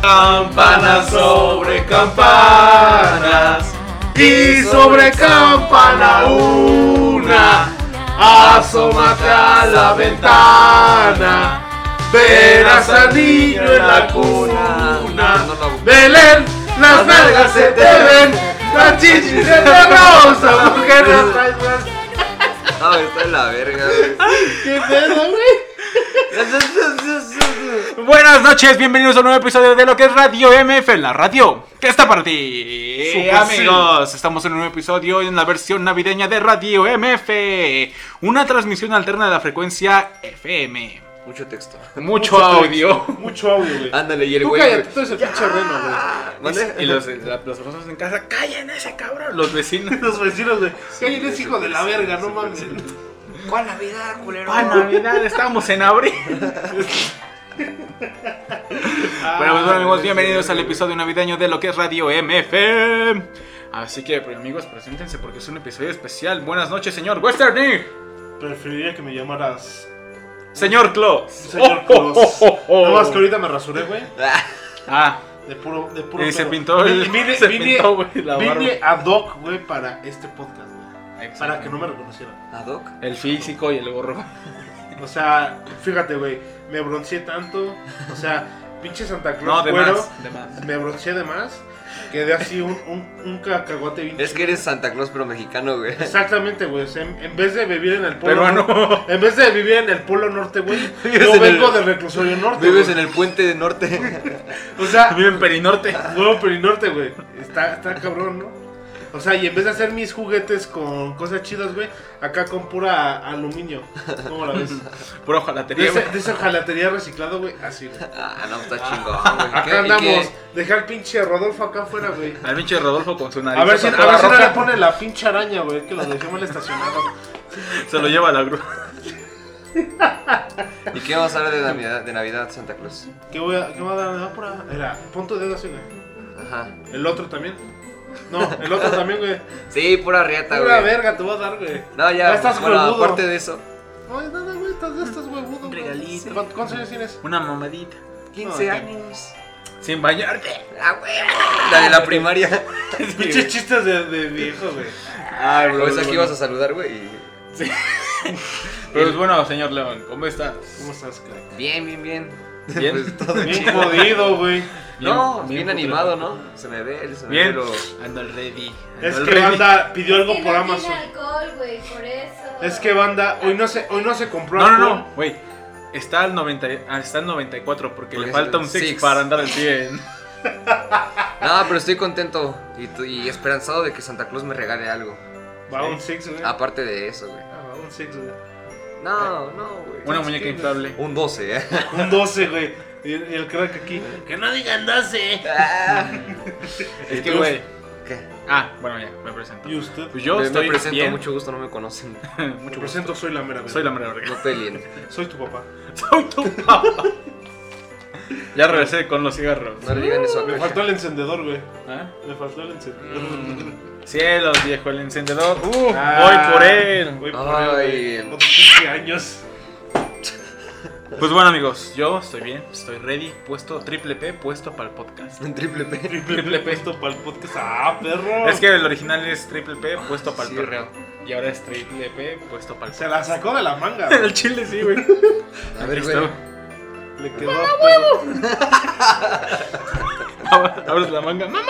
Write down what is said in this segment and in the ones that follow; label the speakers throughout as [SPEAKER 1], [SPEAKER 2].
[SPEAKER 1] Campanas sobre campanas y sobre campana una. Asómate a la ventana, verás al niño en la cuna. Belén, las nalgas se te ven, las chichis se te rosa, porque no traes más.
[SPEAKER 2] No, está en la verga, güey.
[SPEAKER 1] ¿Qué pedo, güey?
[SPEAKER 3] Buenas noches, bienvenidos a un nuevo episodio de lo que es Radio MF, la radio que está para ti.
[SPEAKER 1] Súper
[SPEAKER 3] amigos, estamos en un nuevo episodio en la versión navideña de Radio MF, una transmisión alterna de la frecuencia FM.
[SPEAKER 2] Mucho texto.
[SPEAKER 3] Mucho audio.
[SPEAKER 1] Mucho audio, güey.
[SPEAKER 2] Ándale, y el
[SPEAKER 1] Tú
[SPEAKER 2] güey. Ah,
[SPEAKER 1] cállate, tú eres el pinche reno, güey.
[SPEAKER 2] ¿Vale?
[SPEAKER 3] Y los, la- las personas en casa, callen a ese cabrón, los vecinos.
[SPEAKER 1] Los vecinos, güey. Cállate, es hijo de la verga, no mames.
[SPEAKER 2] ¿Cuál Navidad, culero?
[SPEAKER 3] Ah, Navidad, estamos en abril.
[SPEAKER 4] Ah,
[SPEAKER 3] Bueno, pues, bueno, amigos, bienvenidos al episodio navideño de lo que es Radio MF. Así que, pues, amigos, preséntense porque es un episodio especial. Buenas noches, señor Westerny,
[SPEAKER 4] Preferiría que me llamaras
[SPEAKER 3] señor Claus.
[SPEAKER 4] señor
[SPEAKER 3] Oh,
[SPEAKER 4] Cruz.
[SPEAKER 3] oh, oh, oh, oh.
[SPEAKER 4] Nada más que ahorita me rasuré, güey.
[SPEAKER 3] Ah,
[SPEAKER 4] De puro, de puro
[SPEAKER 3] y se
[SPEAKER 4] pedo.
[SPEAKER 3] pintó el.
[SPEAKER 4] Vine- Vine,
[SPEAKER 3] se
[SPEAKER 4] vine-
[SPEAKER 3] pintó, güey, la barba.
[SPEAKER 4] vine ad hoc, güey, para este podcast, güey. Para que no me reconocieran.
[SPEAKER 2] ¿Adoc?
[SPEAKER 3] El físico y el gorro.
[SPEAKER 4] O sea, fíjate, güey, me bronceé tanto. O sea, pinche Santa Claus
[SPEAKER 3] No, de
[SPEAKER 4] cuero,
[SPEAKER 3] más, de más.
[SPEAKER 4] Me bronceé de más. Quedé así un, un, un cacahuate bien
[SPEAKER 2] Es que
[SPEAKER 4] chido.
[SPEAKER 2] eres Santa Claus, pero mexicano, güey.
[SPEAKER 4] Exactamente, güey. O sea, en, en vez de vivir en el polo
[SPEAKER 3] Peruano.
[SPEAKER 4] En vez de vivir en el polo norte, güey,
[SPEAKER 2] Vives
[SPEAKER 4] yo
[SPEAKER 2] en
[SPEAKER 4] vengo
[SPEAKER 2] el-
[SPEAKER 4] del reclusorio norte.
[SPEAKER 2] Vives
[SPEAKER 4] güey.
[SPEAKER 2] en el puente de norte.
[SPEAKER 4] O sea,
[SPEAKER 3] Ah, Vive en Perinorte.
[SPEAKER 4] Huevo Perinorte, güey. Está, está cabrón, ¿no? O sea, y en vez de hacer mis juguetes con cosas chidas, güey, acá con pura aluminio. ¿Cómo la ves?
[SPEAKER 3] Pura
[SPEAKER 4] De,
[SPEAKER 3] ojalatería.
[SPEAKER 4] ese-
[SPEAKER 3] güey.
[SPEAKER 4] de esa jalatería reciclado, güey, así, güey.
[SPEAKER 2] Ah, no, está chingón, güey. ¿Qué- y
[SPEAKER 4] Acá andamos.
[SPEAKER 2] qué?
[SPEAKER 4] Deja al pinche Rodolfo acá afuera, güey.
[SPEAKER 3] Al pinche Rodolfo con su nariz.
[SPEAKER 4] A ver si, a
[SPEAKER 3] toda
[SPEAKER 4] ver si no
[SPEAKER 3] roja,
[SPEAKER 4] le pone la pinche araña, güey, que lo dejé mal estacionado.
[SPEAKER 3] Se lo lleva a la grúa.
[SPEAKER 2] ¿Y qué vamos a hablar de Navidad, de Navidad Santa Claus?
[SPEAKER 4] ¿Qué voy a, qué voy a dar? ¿Me va por ahí? Era, pon tu dedo así, güey.
[SPEAKER 2] Ajá.
[SPEAKER 4] El otro también. No, el otro también, güey.
[SPEAKER 2] Sí, pura riata, güey.
[SPEAKER 4] Una verga te voy a dar, güey.
[SPEAKER 2] No, ya.
[SPEAKER 4] Ya estás
[SPEAKER 2] bueno,
[SPEAKER 4] huevudo.
[SPEAKER 2] aparte de eso.
[SPEAKER 4] No, no, no, güey, estás, estás huevudo, güey.
[SPEAKER 3] Regalito.
[SPEAKER 4] ¿Cuántos cuántos años tienes?
[SPEAKER 3] Una mamadita.
[SPEAKER 2] 15
[SPEAKER 4] No,
[SPEAKER 2] años.
[SPEAKER 3] Sin bañarte.
[SPEAKER 2] La güey. La de la primaria.
[SPEAKER 4] Pinches chistes de, de viejo, güey.
[SPEAKER 3] Ay,
[SPEAKER 2] Por eso aquí ibas a saludar, güey. y-
[SPEAKER 3] Pero es bueno, señor León, ¿cómo está?
[SPEAKER 4] ¿Cómo estás, crack?
[SPEAKER 2] Bien, bien, bien.
[SPEAKER 3] Bien.
[SPEAKER 2] Pues todo
[SPEAKER 4] Bien
[SPEAKER 2] chido.
[SPEAKER 4] jodido, güey.
[SPEAKER 2] No, bien,
[SPEAKER 3] Bien, bien
[SPEAKER 2] animado, ¿no? Se me ve, se me
[SPEAKER 3] Bien.
[SPEAKER 2] ve lo...
[SPEAKER 3] Ando al ready. ando
[SPEAKER 4] Es
[SPEAKER 3] al
[SPEAKER 4] que
[SPEAKER 3] ready.
[SPEAKER 4] banda pidió
[SPEAKER 5] Es
[SPEAKER 4] algo
[SPEAKER 5] que
[SPEAKER 4] por
[SPEAKER 5] no
[SPEAKER 4] Amazon.
[SPEAKER 5] Tiene alcohol, güey, por eso.
[SPEAKER 4] Es que banda, hoy no se, hoy no se compró
[SPEAKER 3] No, no,
[SPEAKER 4] alcohol.
[SPEAKER 3] no, güey. Está al, 90, y- ah, está al 94 porque,
[SPEAKER 2] Porque
[SPEAKER 3] le
[SPEAKER 2] es
[SPEAKER 3] falta
[SPEAKER 2] el
[SPEAKER 3] un 6
[SPEAKER 2] six.
[SPEAKER 3] para andar al 100.
[SPEAKER 2] No, pero estoy contento y, tu- y esperanzado de que Santa Claus me regale algo.
[SPEAKER 4] Va un six, güey. Ah,
[SPEAKER 2] Aparte de eso, güey.
[SPEAKER 3] pues.
[SPEAKER 4] va un six, güey.
[SPEAKER 2] No, no, güey.
[SPEAKER 3] Una muñeca inflable.
[SPEAKER 2] Un 12, ¿eh?
[SPEAKER 4] Un 12, güey. Y el, y el crack aquí. Que no digan 12.
[SPEAKER 3] Es que, güey.
[SPEAKER 2] ¿Qué?
[SPEAKER 3] Ah, bueno, ya, me presento.
[SPEAKER 4] Y usted.
[SPEAKER 3] Pues yo
[SPEAKER 2] me, me
[SPEAKER 3] estoy
[SPEAKER 2] presento,
[SPEAKER 3] bien.
[SPEAKER 2] mucho gusto, no me conocen.
[SPEAKER 4] Me
[SPEAKER 3] Mucho gusto.
[SPEAKER 4] presento, soy la mera, güey.
[SPEAKER 3] Soy la mera verga.
[SPEAKER 2] No peleen.
[SPEAKER 4] Soy tu papá.
[SPEAKER 3] Soy tu papá. ya regresé con los cigarros.
[SPEAKER 2] No le digan eso a
[SPEAKER 4] Me
[SPEAKER 2] Cacha.
[SPEAKER 4] faltó el encendedor, güey.
[SPEAKER 3] ¿Ah?
[SPEAKER 4] Me faltó el encendedor.
[SPEAKER 3] Mm. Cielos, viejo, el encendedor. Uh,
[SPEAKER 4] Ah,
[SPEAKER 3] voy por él.
[SPEAKER 4] Voy por él, güey.
[SPEAKER 2] Ay.
[SPEAKER 4] Otros 15 años.
[SPEAKER 3] Pues bueno, amigos, yo estoy bien, estoy ready, puesto triple P, puesto para el podcast.
[SPEAKER 2] Un triple P.
[SPEAKER 3] Triple
[SPEAKER 4] Triple
[SPEAKER 3] P.
[SPEAKER 4] P. Esto para el podcast. Ah, perro.
[SPEAKER 3] Es que el original es triple P puesto para el
[SPEAKER 2] Ah, Sí.
[SPEAKER 3] perreo. Y ahora es triple P puesto para el
[SPEAKER 4] Se la sacó de la manga, güey.
[SPEAKER 3] El chile sí, güey.
[SPEAKER 2] A ver,
[SPEAKER 3] Aquí
[SPEAKER 2] güey.
[SPEAKER 3] está.
[SPEAKER 4] Le quedó a huevo.
[SPEAKER 3] Abres la manga. ¡Mamá,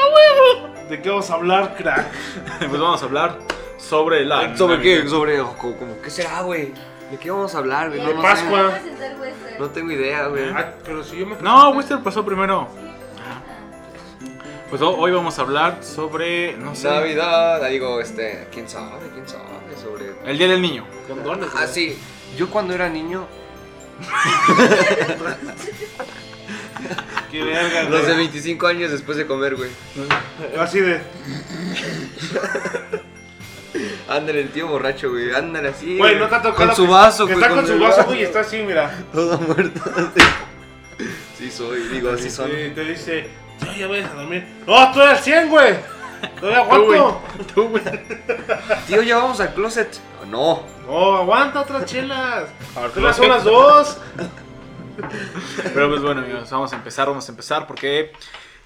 [SPEAKER 4] ¿De qué vamos a hablar, crack?
[SPEAKER 3] güey! Pues vamos a hablar sobre
[SPEAKER 4] Ah,
[SPEAKER 3] la.
[SPEAKER 2] ¿Sobre qué?
[SPEAKER 3] Navidad.
[SPEAKER 2] Sobre... oh, co- como, ¿Qué será, güey? ¿De qué vamos a hablar, güey? No,
[SPEAKER 4] De
[SPEAKER 2] no
[SPEAKER 4] Pascua.
[SPEAKER 2] sé. No
[SPEAKER 5] No
[SPEAKER 2] tengo idea, güey.
[SPEAKER 4] Ah, pero si yo me
[SPEAKER 3] No, Wester pasó primero. Pues ho- hoy vamos a hablar sobre. No sé.
[SPEAKER 2] Navidad, ah, digo, este, quién sabe, quién sabe sobre.
[SPEAKER 3] El día del niño.
[SPEAKER 4] condones.
[SPEAKER 2] Ah, sí, yo cuando era niño,
[SPEAKER 4] Qué verga,
[SPEAKER 2] los de
[SPEAKER 4] güey.
[SPEAKER 2] 25 años después de comer, güey.
[SPEAKER 4] Así de.
[SPEAKER 2] Ándale, el tío borracho, güey, ándale así.
[SPEAKER 4] Güey, no te ha tocado.
[SPEAKER 2] Con
[SPEAKER 4] la-
[SPEAKER 2] su vaso,
[SPEAKER 4] que
[SPEAKER 2] güey.
[SPEAKER 4] Está con su
[SPEAKER 2] el
[SPEAKER 4] vaso, güey, y está así, mira.
[SPEAKER 2] Todo muerto. Sí, soy, digo, así son.
[SPEAKER 4] Y te dice, no, ya vayas a dormir. ¡No, estoy al 100, güey! ¡Todavía aguanto!
[SPEAKER 3] Tú, güey.
[SPEAKER 2] Tío, ya vamos al closet. No.
[SPEAKER 4] No, aguanta otras chelas.
[SPEAKER 3] Al
[SPEAKER 4] Ahora son
[SPEAKER 3] closet.
[SPEAKER 4] las dos.
[SPEAKER 3] Pero pues bueno, amigos, vamos a empezar, vamos a empezar porque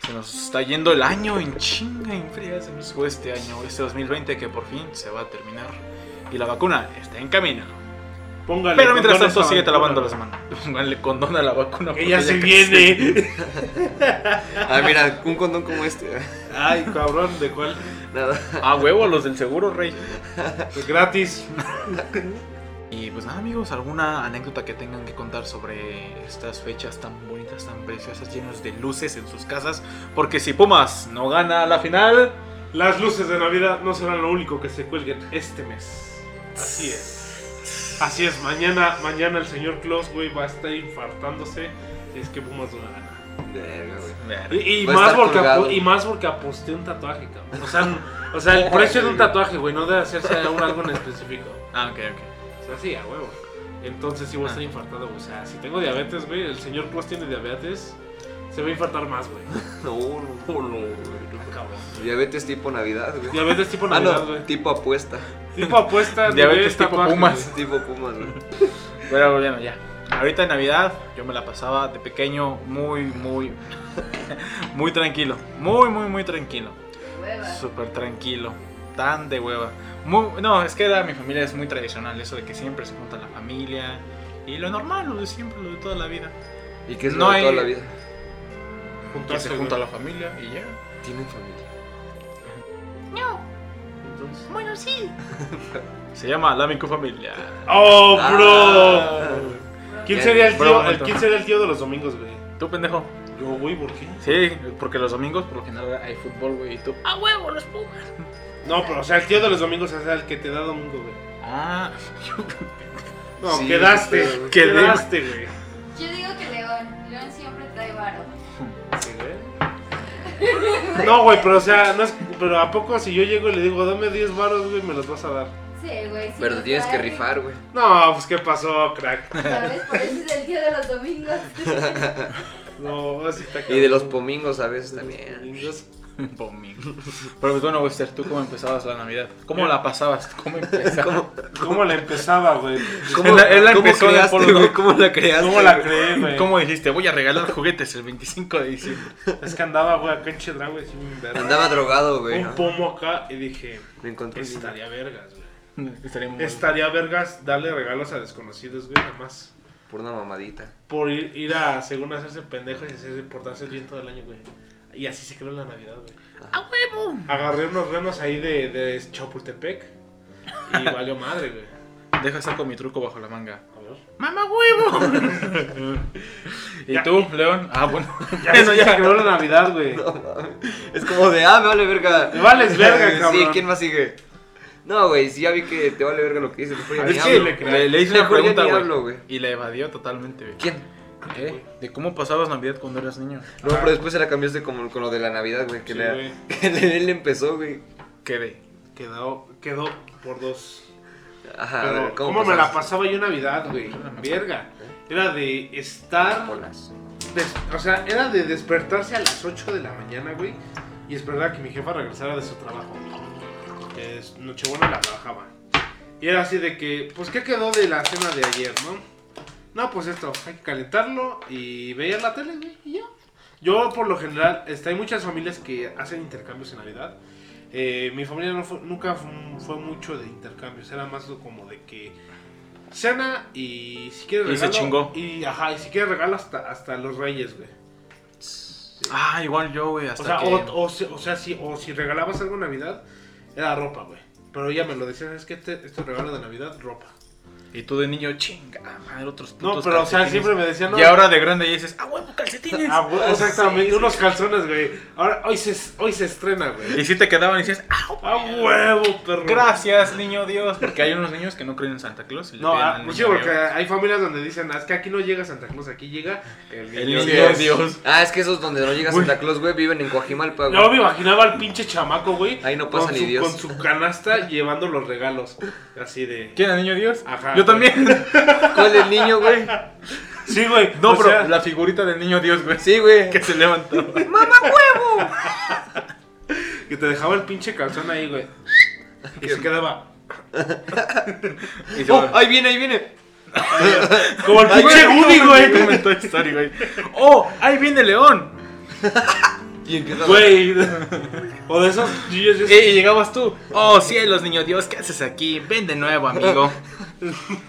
[SPEAKER 3] se nos está yendo el año en chinga, en fría. Se nos fue este año, este 2020 que por fin se va a terminar. Y la vacuna está en camino.
[SPEAKER 4] Póngale.
[SPEAKER 3] Pero mientras
[SPEAKER 4] condones
[SPEAKER 3] tanto,
[SPEAKER 4] a la
[SPEAKER 3] sigue lavando
[SPEAKER 4] vacuna.
[SPEAKER 3] las manos. Póngale condón a la vacuna.
[SPEAKER 4] Que
[SPEAKER 3] porque
[SPEAKER 4] ya se
[SPEAKER 3] casi-
[SPEAKER 4] viene.
[SPEAKER 2] Ah, mira, un condón como este.
[SPEAKER 4] Ay, cabrón, ¿de cuál?
[SPEAKER 2] Nada.
[SPEAKER 3] A huevo, los del seguro, rey.
[SPEAKER 4] Gratis.
[SPEAKER 3] Y pues nada, amigos, alguna anécdota que tengan que contar sobre estas fechas tan bonitas, tan preciosas, llenas de luces en sus casas. Porque si Pumas no gana la final,
[SPEAKER 4] Las luces de Navidad no serán lo único que se cuelguen este mes. Así es. Así es, mañana, mañana el señor Claus, güey, va a estar infartándose. si Es que Pumas no gana.
[SPEAKER 2] Verga, güey.
[SPEAKER 4] Y, y
[SPEAKER 2] Va a
[SPEAKER 4] más
[SPEAKER 2] estar
[SPEAKER 4] porque
[SPEAKER 2] colgado.
[SPEAKER 4] apu- y más porque aposté un tatuaje, cabrón. O sea, n- o sea, el precio de un tatuaje, güey, no debe hacerse a un algo en específico.
[SPEAKER 3] Ah, ok, ok.
[SPEAKER 4] O sea, sí, a huevo. Entonces sí voy a estar infartado, güey. O sea, si tengo diabetes, güey, el señor Claus tiene diabetes, se va a infartar más, güey. Ah,
[SPEAKER 2] No, no, no, güey.
[SPEAKER 4] Cabrón.
[SPEAKER 2] Diabetes tipo Navidad, güey.
[SPEAKER 4] Diabetes tipo
[SPEAKER 2] Ah,
[SPEAKER 4] Navidad, güey.
[SPEAKER 2] no, tipo apuesta.
[SPEAKER 4] Tipo apuestas,
[SPEAKER 3] Diabetes
[SPEAKER 4] güey,
[SPEAKER 3] tipo
[SPEAKER 4] tatuajes,
[SPEAKER 3] Pumas.
[SPEAKER 4] güey.
[SPEAKER 2] Tipo Pumas, güey.
[SPEAKER 3] Pero bueno, ya. Ahorita en Navidad yo me la pasaba de pequeño muy, muy, muy tranquilo. Muy, muy, muy tranquilo.
[SPEAKER 5] Hueva.
[SPEAKER 3] Súper tranquilo. Tan de hueva. Muy- no, es que era, mi familia es muy tradicional. Eso de que siempre se junta la familia. Y lo normal, lo de siempre, lo de toda la vida.
[SPEAKER 2] ¿Y qué es
[SPEAKER 3] No
[SPEAKER 2] lo de toda
[SPEAKER 3] hay-
[SPEAKER 2] la vida?
[SPEAKER 3] Que
[SPEAKER 4] Juntarse,
[SPEAKER 3] se junta la familia y ya.
[SPEAKER 2] Tienen familia.
[SPEAKER 4] Entonces-
[SPEAKER 3] Se llama La Mico Familia.
[SPEAKER 4] ¡Oh,
[SPEAKER 2] Ah.
[SPEAKER 4] bro! ¿Quién
[SPEAKER 2] Eh,
[SPEAKER 4] sería el
[SPEAKER 3] bro,
[SPEAKER 4] tío?
[SPEAKER 3] momento.
[SPEAKER 4] el- ¿Quién sería el tío de los domingos, güey?
[SPEAKER 3] ¿Tú, pendejo?
[SPEAKER 4] Yo, güey, ¿por qué?
[SPEAKER 3] Sí, porque los domingos por lo general hay fútbol, güey. Y tú. ¡Ah, huevo, los pumas!
[SPEAKER 4] No, pero o sea, el tío de los domingos es el que te da domingo, güey.
[SPEAKER 3] Ah,
[SPEAKER 4] No,
[SPEAKER 2] Sí,
[SPEAKER 4] quedaste,
[SPEAKER 2] pero-
[SPEAKER 3] Quedé.
[SPEAKER 4] quedaste, güey.
[SPEAKER 5] Yo digo que León. León siempre trae varo.
[SPEAKER 4] No, güey, pero o sea, no es, pero ¿a poco si yo llego y le digo, dame 10 varos, güey, me los vas a dar?
[SPEAKER 5] Sí, güey. sí
[SPEAKER 2] Pero
[SPEAKER 5] lo
[SPEAKER 2] te tienes que
[SPEAKER 5] trae.
[SPEAKER 2] rifar, güey.
[SPEAKER 4] No, pues ¿qué pasó, crack?
[SPEAKER 5] ¿Sabes? Por eso es el día de los domingos.
[SPEAKER 4] No, así está
[SPEAKER 2] Y de los
[SPEAKER 4] cabrón.
[SPEAKER 2] pomingos a veces
[SPEAKER 4] De los
[SPEAKER 2] también.
[SPEAKER 4] domingos.
[SPEAKER 3] Domingo. Pero pues bueno, Wester, ¿tú cómo empezabas la Navidad? ¿Cómo la pasabas? ¿Cómo empezabas?
[SPEAKER 4] ¿Cómo la empezaba, güey?
[SPEAKER 3] Él la- él la empezó de
[SPEAKER 2] creaste,
[SPEAKER 3] Polo
[SPEAKER 2] güey?
[SPEAKER 3] Norte.
[SPEAKER 2] ¿Cómo la creaste?
[SPEAKER 4] ¿Cómo la
[SPEAKER 2] güey?
[SPEAKER 4] creé, güey?
[SPEAKER 3] ¿Cómo dijiste? Voy a regalar juguetes el 25 de diciembre.
[SPEAKER 4] Es que andaba, güey, acá en Chedra, güey, sin un verga.
[SPEAKER 2] Andaba drogado, güey.
[SPEAKER 4] Un pomo acá y dije,
[SPEAKER 2] Me encontré un niño.
[SPEAKER 4] estaría vergas, güey.
[SPEAKER 3] Estaría muy
[SPEAKER 4] Estaría vergas darle regalos a desconocidos, güey, nada más.
[SPEAKER 2] por una mamadita.
[SPEAKER 4] Por ir, ir a, según hacerse pendejos y hacerse portarse bien todo el año, güey. Y así se creó la Navidad, güey.
[SPEAKER 3] ¡A huevo!
[SPEAKER 4] Agarré unos renos ahí de, de Chapultepec y valió madre, güey.
[SPEAKER 3] Deja saco mi truco bajo la manga.
[SPEAKER 4] A ver.
[SPEAKER 3] ¡Mamá huevo! ¿Y
[SPEAKER 4] Ya.
[SPEAKER 3] tú, León? Ah, bueno. Bueno,
[SPEAKER 4] Ya, ves que se creó la Navidad, güey.
[SPEAKER 2] Es como de, ah, me vale verga.
[SPEAKER 4] Me vales verga,
[SPEAKER 2] Sí,
[SPEAKER 4] cabrón.
[SPEAKER 2] ¿quién más sigue? No, güey, sí ya vi que te vale verga lo que dices. mejor ya
[SPEAKER 4] Ah, Es
[SPEAKER 2] ni hablo.
[SPEAKER 4] que le-
[SPEAKER 3] Le, le hice una
[SPEAKER 2] Mejor ya
[SPEAKER 3] pregunta,
[SPEAKER 2] ni
[SPEAKER 3] güey,
[SPEAKER 2] hablo, güey.
[SPEAKER 3] Y la evadió totalmente, güey.
[SPEAKER 2] ¿Quién?
[SPEAKER 4] Ah.
[SPEAKER 3] ¿Eh? ¿De cómo pasabas Navidad cuando eras niño?
[SPEAKER 2] No, pero después se la cambiaste como con lo de la Navidad, güey. Que,
[SPEAKER 4] Sí,
[SPEAKER 2] le-
[SPEAKER 4] güey.
[SPEAKER 2] que le- él empezó, güey.
[SPEAKER 3] Quedé.
[SPEAKER 4] Quedó, quedó por dos.
[SPEAKER 2] Ajá, a
[SPEAKER 4] Pero,
[SPEAKER 2] ver,
[SPEAKER 4] ¿cómo,
[SPEAKER 2] ¿cómo,
[SPEAKER 4] me la
[SPEAKER 2] pasas?
[SPEAKER 4] pasaba yo Navidad, güey? Verga.
[SPEAKER 2] ¿eh?
[SPEAKER 4] Era de estar...
[SPEAKER 2] Bolas.
[SPEAKER 4] Des- o sea, era de despertarse a las 8 de la mañana, güey, y esperar a que mi jefa regresara de su trabajo. Porque es- Nochebuena la trabajaba. Y era así de que, pues, ¿qué quedó de la cena de ayer, no? No, pues esto, hay que calentarlo y veía la tele, güey, y yo. Yo, por lo general, este, hay muchas familias que hacen intercambios en Navidad. Eh, mi familia no fue- nunca fue, fue mucho de intercambios, era más como de que cena y si quieres
[SPEAKER 3] Y se
[SPEAKER 4] regalo.
[SPEAKER 3] chingó.
[SPEAKER 4] Y, ajá, y si quieres regalo hasta, hasta los reyes, güey.
[SPEAKER 3] Ah, igual yo, güey, hasta
[SPEAKER 4] O sea,
[SPEAKER 3] que...
[SPEAKER 4] o, o si- o sea, si, o si regalabas algo en Navidad, era ropa, güey. Pero ella me lo decía, es que este, este regalo de Navidad, ropa.
[SPEAKER 3] Y tú de niño, chinga, madre, otros
[SPEAKER 4] No,
[SPEAKER 3] putos
[SPEAKER 4] pero o sea,
[SPEAKER 3] calcetines.
[SPEAKER 4] siempre me decían, no.
[SPEAKER 3] Y ahora de grande ya dices, ah, huevo, calcetines.
[SPEAKER 4] Ah, güey, exactamente, unos calzones, güey. Ahora, hoy se, hoy se estrena, güey.
[SPEAKER 3] Y si te quedaban y dices, ah, huevo.
[SPEAKER 4] A huevo, perro.
[SPEAKER 3] Gracias, niño Dios. Porque hay unos niños que no creen en Santa Claus. y le
[SPEAKER 4] No,
[SPEAKER 3] piden
[SPEAKER 4] ah,
[SPEAKER 3] al
[SPEAKER 4] pues sí,
[SPEAKER 3] niño
[SPEAKER 4] porque
[SPEAKER 3] Dios.
[SPEAKER 4] hay familias donde dicen, "Ah, es que aquí no llega Santa Claus, aquí llega el
[SPEAKER 3] El
[SPEAKER 4] niño
[SPEAKER 3] niño
[SPEAKER 4] Dios".
[SPEAKER 3] Dios.
[SPEAKER 2] Ah, es que esos donde no llega
[SPEAKER 3] Güey.
[SPEAKER 2] Santa Claus, güey, viven en Coajimalpa, güey.
[SPEAKER 4] No me imaginaba al pinche chamaco, güey.
[SPEAKER 2] Ahí no
[SPEAKER 4] con
[SPEAKER 2] pasa ni
[SPEAKER 4] su-
[SPEAKER 2] Dios.
[SPEAKER 4] Con su canasta llevando los regalos. Así de.
[SPEAKER 3] ¿Quién el niño Dios?
[SPEAKER 4] Ajá.
[SPEAKER 3] Yo también.
[SPEAKER 2] ¿Cuál es el niño, güey?
[SPEAKER 4] Sí, güey.
[SPEAKER 3] No,
[SPEAKER 4] o
[SPEAKER 3] pero
[SPEAKER 4] sea,
[SPEAKER 3] la figurita del niño Dios, güey.
[SPEAKER 2] Sí, güey.
[SPEAKER 3] Que se levantaba.
[SPEAKER 4] que te dejaba el pinche calzón ahí, güey. Y se quedaba.
[SPEAKER 3] Y se
[SPEAKER 2] Oh,
[SPEAKER 3] va. Oh,
[SPEAKER 2] ahí Oh, viene, ahí viene.
[SPEAKER 4] Como el pinche Woody, güey.
[SPEAKER 3] Como en Toy Story, güey. ¡Oh! ¡Ahí viene León!
[SPEAKER 2] Y empieza
[SPEAKER 4] Güey. O de esos. yo- yo-
[SPEAKER 3] Y
[SPEAKER 4] yo-
[SPEAKER 3] llegabas tú. ¡Oh, cielos, niño Dios! ¿Qué haces aquí? Ven de nuevo, amigo.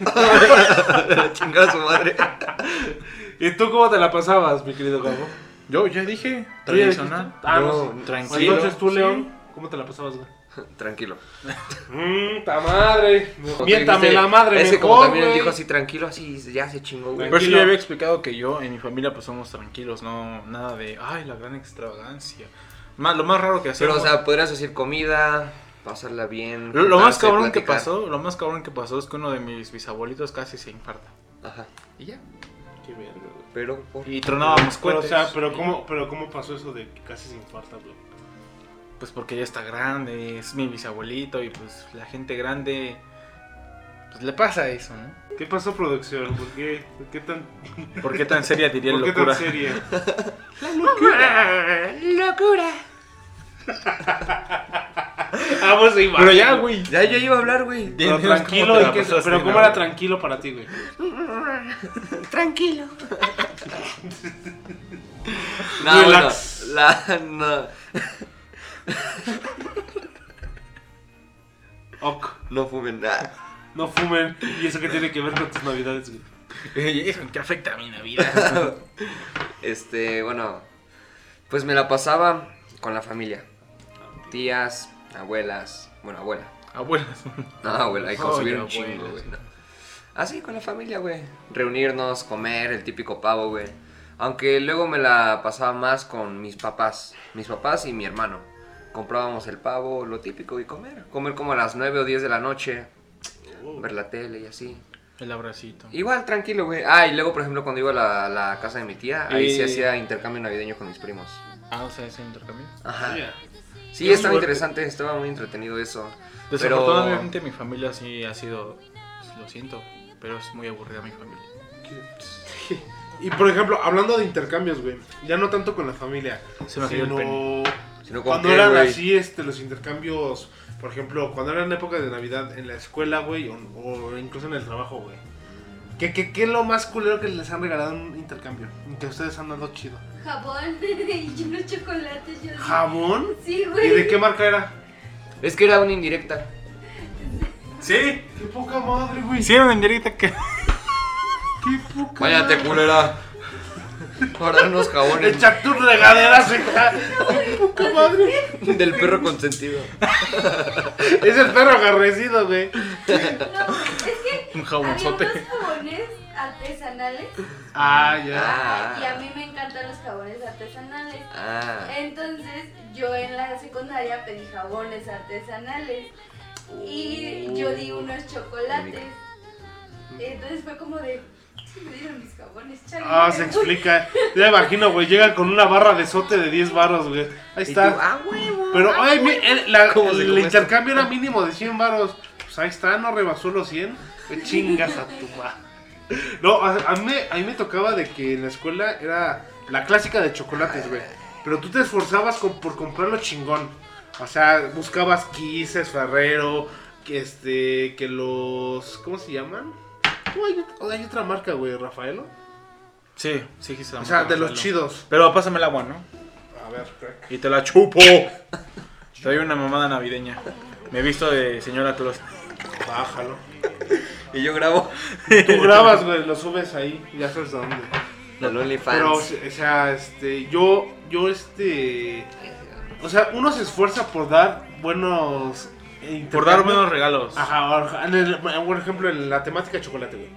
[SPEAKER 2] a chingar a su madre.
[SPEAKER 4] ¿Y tú cómo te la pasabas, mi querido Gabo?
[SPEAKER 3] Yo ya dije.
[SPEAKER 4] ¿Tú ya
[SPEAKER 3] Tradicional.
[SPEAKER 4] dijiste? Ah, no,
[SPEAKER 2] No,
[SPEAKER 4] sí.
[SPEAKER 3] tranquilo.
[SPEAKER 4] Entonces tú,
[SPEAKER 3] Sí.
[SPEAKER 4] León, ¿cómo te la pasabas, güey?
[SPEAKER 2] Tranquilo.
[SPEAKER 4] Mmm, ta madre.
[SPEAKER 2] Como tú
[SPEAKER 4] Miéntame
[SPEAKER 2] dijiste,
[SPEAKER 4] la madre,
[SPEAKER 2] Ese como
[SPEAKER 4] mejor,
[SPEAKER 2] también él
[SPEAKER 4] güey.
[SPEAKER 2] dijo así tranquilo, así ya se chingó, güey.
[SPEAKER 3] Pero sí
[SPEAKER 4] Tranquilo.
[SPEAKER 3] yo había explicado que yo, en mi familia, pues somos tranquilos, no nada de, ay, la gran extravagancia. Más, lo más raro que
[SPEAKER 2] Pero,
[SPEAKER 3] hacemos.
[SPEAKER 2] o sea, podrías decir comida, pasarla bien.
[SPEAKER 3] lo, lo más
[SPEAKER 2] juntarse,
[SPEAKER 3] cabrón que
[SPEAKER 2] platicar.
[SPEAKER 3] pasó, lo más cabrón que pasó es que uno de mis bisabuelitos casi se infarta.
[SPEAKER 2] Ajá. Y ya.
[SPEAKER 4] Qué verga, güey.
[SPEAKER 2] Pero, por-
[SPEAKER 3] Y tronábamos
[SPEAKER 4] pues, Pero, o
[SPEAKER 3] cohetes.
[SPEAKER 4] sea, pero ¿cómo, pero ¿cómo pasó eso de que casi se infarta, güey?
[SPEAKER 3] Pues porque ya está grande, es mi bisabuelito y pues la gente grande, pues le pasa eso, ¿no?
[SPEAKER 4] ¿Qué pasó, producción? ¿Por qué, por qué tan,
[SPEAKER 3] ¿Por qué tan seria diría el
[SPEAKER 4] por qué tan
[SPEAKER 3] locura?
[SPEAKER 4] seria?
[SPEAKER 2] locura.
[SPEAKER 4] Vamos a ir,
[SPEAKER 3] Pero ya, güey.
[SPEAKER 2] Ya yo iba a hablar, güey.
[SPEAKER 4] Pero
[SPEAKER 3] Dinos cómo
[SPEAKER 4] tranquilo,
[SPEAKER 3] te
[SPEAKER 4] ¿y
[SPEAKER 3] la
[SPEAKER 4] qué-
[SPEAKER 3] pasaste,
[SPEAKER 4] pero ¿cómo
[SPEAKER 3] ¿no?
[SPEAKER 4] era tranquilo para ti, güey?
[SPEAKER 2] Tranquilo. No,
[SPEAKER 4] Relax.
[SPEAKER 2] bueno, la, no,
[SPEAKER 4] Ok,
[SPEAKER 2] no fumen Ah, nada.
[SPEAKER 4] no fumen. ¿Y eso qué tiene que ver con tus navidades, güey?
[SPEAKER 3] Eso que afecta a mi Navidad.
[SPEAKER 2] Este, bueno, pues me la pasaba con la familia. Tías, abuelas, bueno, abuela.
[SPEAKER 3] Abuelas.
[SPEAKER 2] No, abuela, hay que
[SPEAKER 3] Oye,
[SPEAKER 2] subir un chingo,
[SPEAKER 3] abuelas.
[SPEAKER 2] güey. no. Así Ah, con la familia, güey. Reunirnos, comer, el típico pavo, güey. Aunque luego me la pasaba más con mis papás. Mis papás y mi hermano. Comprábamos el pavo, lo típico, y comer. Comer como a las 9 o 10 de la noche. Ver la tele y así.
[SPEAKER 3] El abracito.
[SPEAKER 2] Igual, tranquilo, güey. Ah, y luego, por ejemplo, cuando iba a la, la casa de mi tía, ahí
[SPEAKER 3] Y-
[SPEAKER 2] se hacía intercambio navideño con mis primos.
[SPEAKER 3] Ah, o sea, ese intercambio.
[SPEAKER 2] Ajá.
[SPEAKER 4] Ya.
[SPEAKER 2] Sí,
[SPEAKER 4] Qué
[SPEAKER 2] estaba
[SPEAKER 4] suerte.
[SPEAKER 2] interesante, estaba muy entretenido eso. Pero...
[SPEAKER 3] Desafortunadamente mi familia sí ha sido, pues, lo siento, pero es muy aburrida mi familia.
[SPEAKER 4] Y por ejemplo, hablando de intercambios, güey, ya no tanto con la familia,
[SPEAKER 3] Se me cayó el
[SPEAKER 4] sino,
[SPEAKER 2] Sino con
[SPEAKER 4] cuando
[SPEAKER 2] qué,
[SPEAKER 4] eran
[SPEAKER 2] güey.
[SPEAKER 4] así este, los intercambios, por ejemplo, cuando eran época de Navidad en la escuela, güey, o, o incluso en el trabajo, güey. ¿Qué, qué, qué es lo más culero que les han regalado en un intercambio? Y Que ustedes han dado chido.
[SPEAKER 5] Jabón y yo los chocolates. Yo
[SPEAKER 4] ¿Jabón?
[SPEAKER 5] Sí,
[SPEAKER 4] ¿Y
[SPEAKER 5] güey.
[SPEAKER 4] de qué marca era?
[SPEAKER 2] Es que era una indirecta.
[SPEAKER 3] Sí,
[SPEAKER 4] ¡Qué poca madre, güey!
[SPEAKER 3] hicieron en directa que...
[SPEAKER 4] ¡Qué poca
[SPEAKER 2] Cállate,
[SPEAKER 4] madre!
[SPEAKER 2] culera. Ahora unos jabones
[SPEAKER 4] ¡Echa tus regaderas, hija! ¡Qué poca madre!
[SPEAKER 2] del perro consentido.
[SPEAKER 4] Es el perro agarrecido, güey.
[SPEAKER 5] No, es que
[SPEAKER 3] Un
[SPEAKER 5] había
[SPEAKER 3] jabonzote.
[SPEAKER 5] unos jabones artesanales
[SPEAKER 4] Ah, ya.
[SPEAKER 2] Ah.
[SPEAKER 5] y a mí me encantan los jabones artesanales.
[SPEAKER 2] Ah.
[SPEAKER 5] Entonces yo en la secundaria pedí jabones artesanales y yo di unos chocolates. Entonces fue como de, "Sí, me dieron mis jabones, chale".
[SPEAKER 4] Ah, se explica. Ya me imagino, güey. Llega con una barra de sote de 10 baros, güey. Ahí
[SPEAKER 2] Y tú,
[SPEAKER 4] está.
[SPEAKER 2] ah, huevo.
[SPEAKER 4] Pero, ay, mi- el, la-
[SPEAKER 2] ¿Cómo se
[SPEAKER 4] el
[SPEAKER 2] come esto?
[SPEAKER 4] intercambio era mínimo de 100 baros. Pues ahí está, no rebasó los 100. Pues chingas a tu madre. No, a, a mí, a mí me tocaba de que en la escuela era la clásica de chocolates, güey. Pero tú te esforzabas con- por comprarlo chingón. O sea, buscabas quises, Ferrero, que este, que los, ¿cómo se llaman? Oh, hay, ot- hay otra marca, güey, Rafaelo.
[SPEAKER 3] Sí, sí, Gisela.
[SPEAKER 4] O sea, de los chidos.
[SPEAKER 3] Pero pásame el agua, ¿no?
[SPEAKER 4] A ver, crack.
[SPEAKER 3] Y te la chupo. Te doy una mamada navideña. Me he visto de señora Claus.
[SPEAKER 4] bájalo.
[SPEAKER 2] Y yo grabo
[SPEAKER 4] Tú grabas, güey, lo subes ahí, ya sabes a dónde.
[SPEAKER 2] el
[SPEAKER 4] Pero, o
[SPEAKER 2] OnlyFans.
[SPEAKER 4] sea, este, yo, yo, este, o sea, uno se esfuerza por dar buenos...
[SPEAKER 3] Por dar
[SPEAKER 4] intercambios.
[SPEAKER 3] buenos regalos.
[SPEAKER 4] Ajá, o- en el- por ejemplo, en la temática chocolate, güey.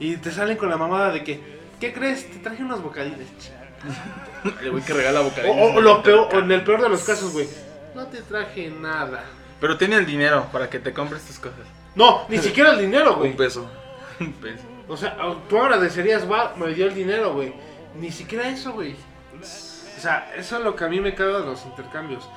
[SPEAKER 4] Y te salen con la mamada de que, ¿qué crees? Te traje unos bocadines.
[SPEAKER 3] El güey que regala
[SPEAKER 4] O,
[SPEAKER 3] bocadillos.
[SPEAKER 4] o- o lo peor, o en el peor de los casos, güey, no te traje nada.
[SPEAKER 3] Pero tiene el dinero para que te compres tus cosas.
[SPEAKER 4] No, ni siquiera el dinero, güey.
[SPEAKER 2] Un peso.
[SPEAKER 3] Un peso.
[SPEAKER 4] O sea, tú agradecerías, va, me dio el dinero, güey. Ni siquiera eso, güey. O sea, eso es lo que a mí me caga de los intercambios.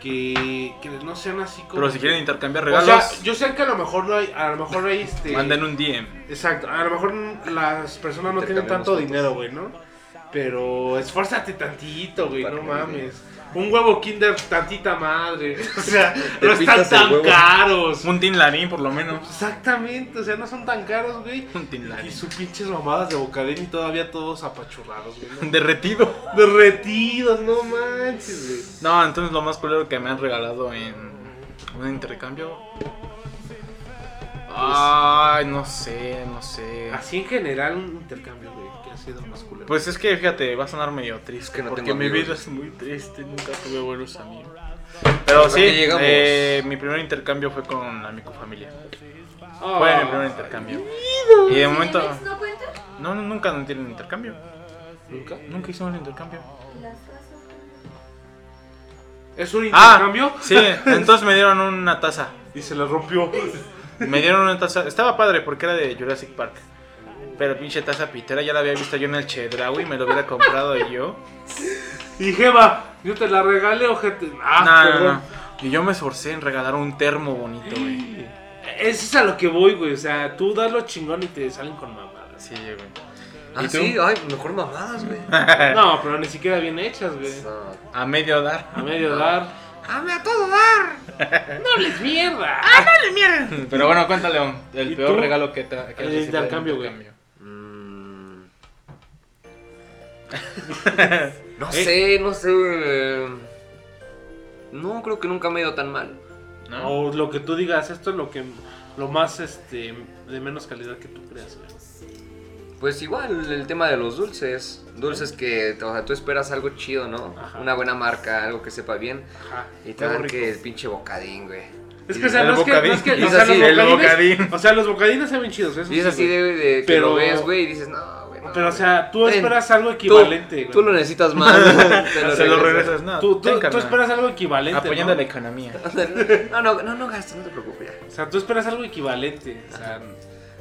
[SPEAKER 4] Que, que no sean así como.
[SPEAKER 3] Pero si quieren intercambiar
[SPEAKER 4] O
[SPEAKER 3] regalos,
[SPEAKER 4] sea, yo sé que a lo mejor no hay. A lo mejor hay este.
[SPEAKER 3] manden un DM.
[SPEAKER 4] Exacto, a lo mejor las personas no tienen
[SPEAKER 2] Intercambiamos
[SPEAKER 4] tanto
[SPEAKER 2] fotos.
[SPEAKER 4] dinero, güey, ¿no? Pero esfuérzate tantito, güey, no mames. un huevo Kinder tantita madre. O sea,
[SPEAKER 2] Te
[SPEAKER 4] no están
[SPEAKER 2] picas el
[SPEAKER 4] tan
[SPEAKER 2] huevo.
[SPEAKER 4] caros.
[SPEAKER 3] Un tin larín, por lo menos.
[SPEAKER 4] Exactamente, o sea, no son tan caros, güey.
[SPEAKER 3] Un tin
[SPEAKER 4] Y
[SPEAKER 3] larín.
[SPEAKER 4] sus pinches mamadas de bocadín y todavía todos apachurrados, güey. ¿no?
[SPEAKER 3] Derretido.
[SPEAKER 4] Derretidos, no manches, güey.
[SPEAKER 3] No, entonces lo más culero que me han regalado en un intercambio.
[SPEAKER 4] Pues-
[SPEAKER 3] Ay, no sé, no sé.
[SPEAKER 4] Así en general, un intercambio, güey, que ha sido más culero.
[SPEAKER 3] Pues es que fíjate, va a sonar medio triste.
[SPEAKER 2] Es que no
[SPEAKER 3] porque
[SPEAKER 2] tengo
[SPEAKER 3] mi
[SPEAKER 2] amigos.
[SPEAKER 3] vida es muy triste, nunca tuve buenos amigos. Pero sí,
[SPEAKER 2] que llegamos.
[SPEAKER 3] eh, mi primer intercambio fue con la microfamilia.
[SPEAKER 4] Ah,
[SPEAKER 3] Fue mi primer intercambio. Y de momento.
[SPEAKER 5] ¿Cinemex no cuenta?
[SPEAKER 3] No, no, nunca no tienen intercambio.
[SPEAKER 4] ¿Nunca?
[SPEAKER 3] Nunca hicimos el intercambio.
[SPEAKER 5] Las casas.
[SPEAKER 4] ¿Es un
[SPEAKER 3] Ah,
[SPEAKER 4] intercambio?
[SPEAKER 3] Sí, entonces me dieron una taza.
[SPEAKER 4] Y se la rompió.
[SPEAKER 3] Me dieron una taza. Estaba padre porque era de Jurassic Park. Pero pinche taza pitera ya la había visto yo en el Chedraui, me lo hubiera comprado yo.
[SPEAKER 4] Y Jeva, yo te la regalé, ojete.
[SPEAKER 3] No,
[SPEAKER 4] Ah,
[SPEAKER 3] no,
[SPEAKER 4] perdón.
[SPEAKER 3] no. Y yo me esforcé en regalar un termo bonito, güey.
[SPEAKER 4] Eso es a lo que voy, güey. O sea, tú das lo chingón y te salen con mamadas.
[SPEAKER 3] Sí, güey.
[SPEAKER 2] Ah,
[SPEAKER 3] ¿Y tú?
[SPEAKER 2] sí, ay, mejor mamadas, güey.
[SPEAKER 4] Ah. No, pero ni siquiera bien hechas, güey.
[SPEAKER 2] No.
[SPEAKER 3] A medio dar.
[SPEAKER 4] A medio dar.
[SPEAKER 2] ¡Hame a todo dar!
[SPEAKER 4] ¡No les mierda!
[SPEAKER 3] Pero bueno, cuéntale un- el
[SPEAKER 4] ¿Y
[SPEAKER 3] peor
[SPEAKER 4] tú?
[SPEAKER 3] regalo que, te, que
[SPEAKER 4] El
[SPEAKER 3] has recibido en
[SPEAKER 4] intercambio, güey.
[SPEAKER 2] Mm. no sé, no sé. eh, No, creo que nunca me he ido tan mal.
[SPEAKER 3] ¿No?
[SPEAKER 4] O lo que tú digas, esto es lo que lo más este de menos calidad que tú creas. güey.
[SPEAKER 2] Pues igual el tema de los dulces. Dulces que, o sea, tú esperas algo chido, ¿no?
[SPEAKER 4] Ajá.
[SPEAKER 2] Una buena marca, algo que sepa bien.
[SPEAKER 4] Ajá.
[SPEAKER 2] Y te
[SPEAKER 4] Algo
[SPEAKER 2] dan
[SPEAKER 4] rico.
[SPEAKER 2] que el pinche bocadín, güey.
[SPEAKER 4] Es
[SPEAKER 2] Y
[SPEAKER 4] que, o sea,
[SPEAKER 3] el
[SPEAKER 4] no es que, no es que-
[SPEAKER 3] bocadín.
[SPEAKER 4] o sea,
[SPEAKER 2] Es así,
[SPEAKER 4] los
[SPEAKER 3] el
[SPEAKER 4] bocadines-
[SPEAKER 3] bocadín.
[SPEAKER 4] O sea, los bocadines se ven chidos, eso
[SPEAKER 2] Y es
[SPEAKER 4] sí,
[SPEAKER 2] así
[SPEAKER 4] güey.
[SPEAKER 2] de, de que
[SPEAKER 4] Pero-
[SPEAKER 2] lo ves, güey, y dices, no, güey. no,
[SPEAKER 4] Pero, o
[SPEAKER 2] güey".
[SPEAKER 4] sea, tú
[SPEAKER 2] Ten.
[SPEAKER 4] esperas algo
[SPEAKER 2] Tú-
[SPEAKER 4] equivalente, güey.
[SPEAKER 2] Tú, lo necesitas más. te
[SPEAKER 3] Se lo regresas, no.
[SPEAKER 4] Tú, tú-
[SPEAKER 3] ten,
[SPEAKER 4] tú
[SPEAKER 3] carnal.
[SPEAKER 4] esperas algo equivalente.
[SPEAKER 3] Apoyando
[SPEAKER 4] ¿no?
[SPEAKER 3] la economía.
[SPEAKER 2] No, no, no, no gastes, no te preocupes. ya.
[SPEAKER 4] O sea, tú esperas algo equivalente. O sea,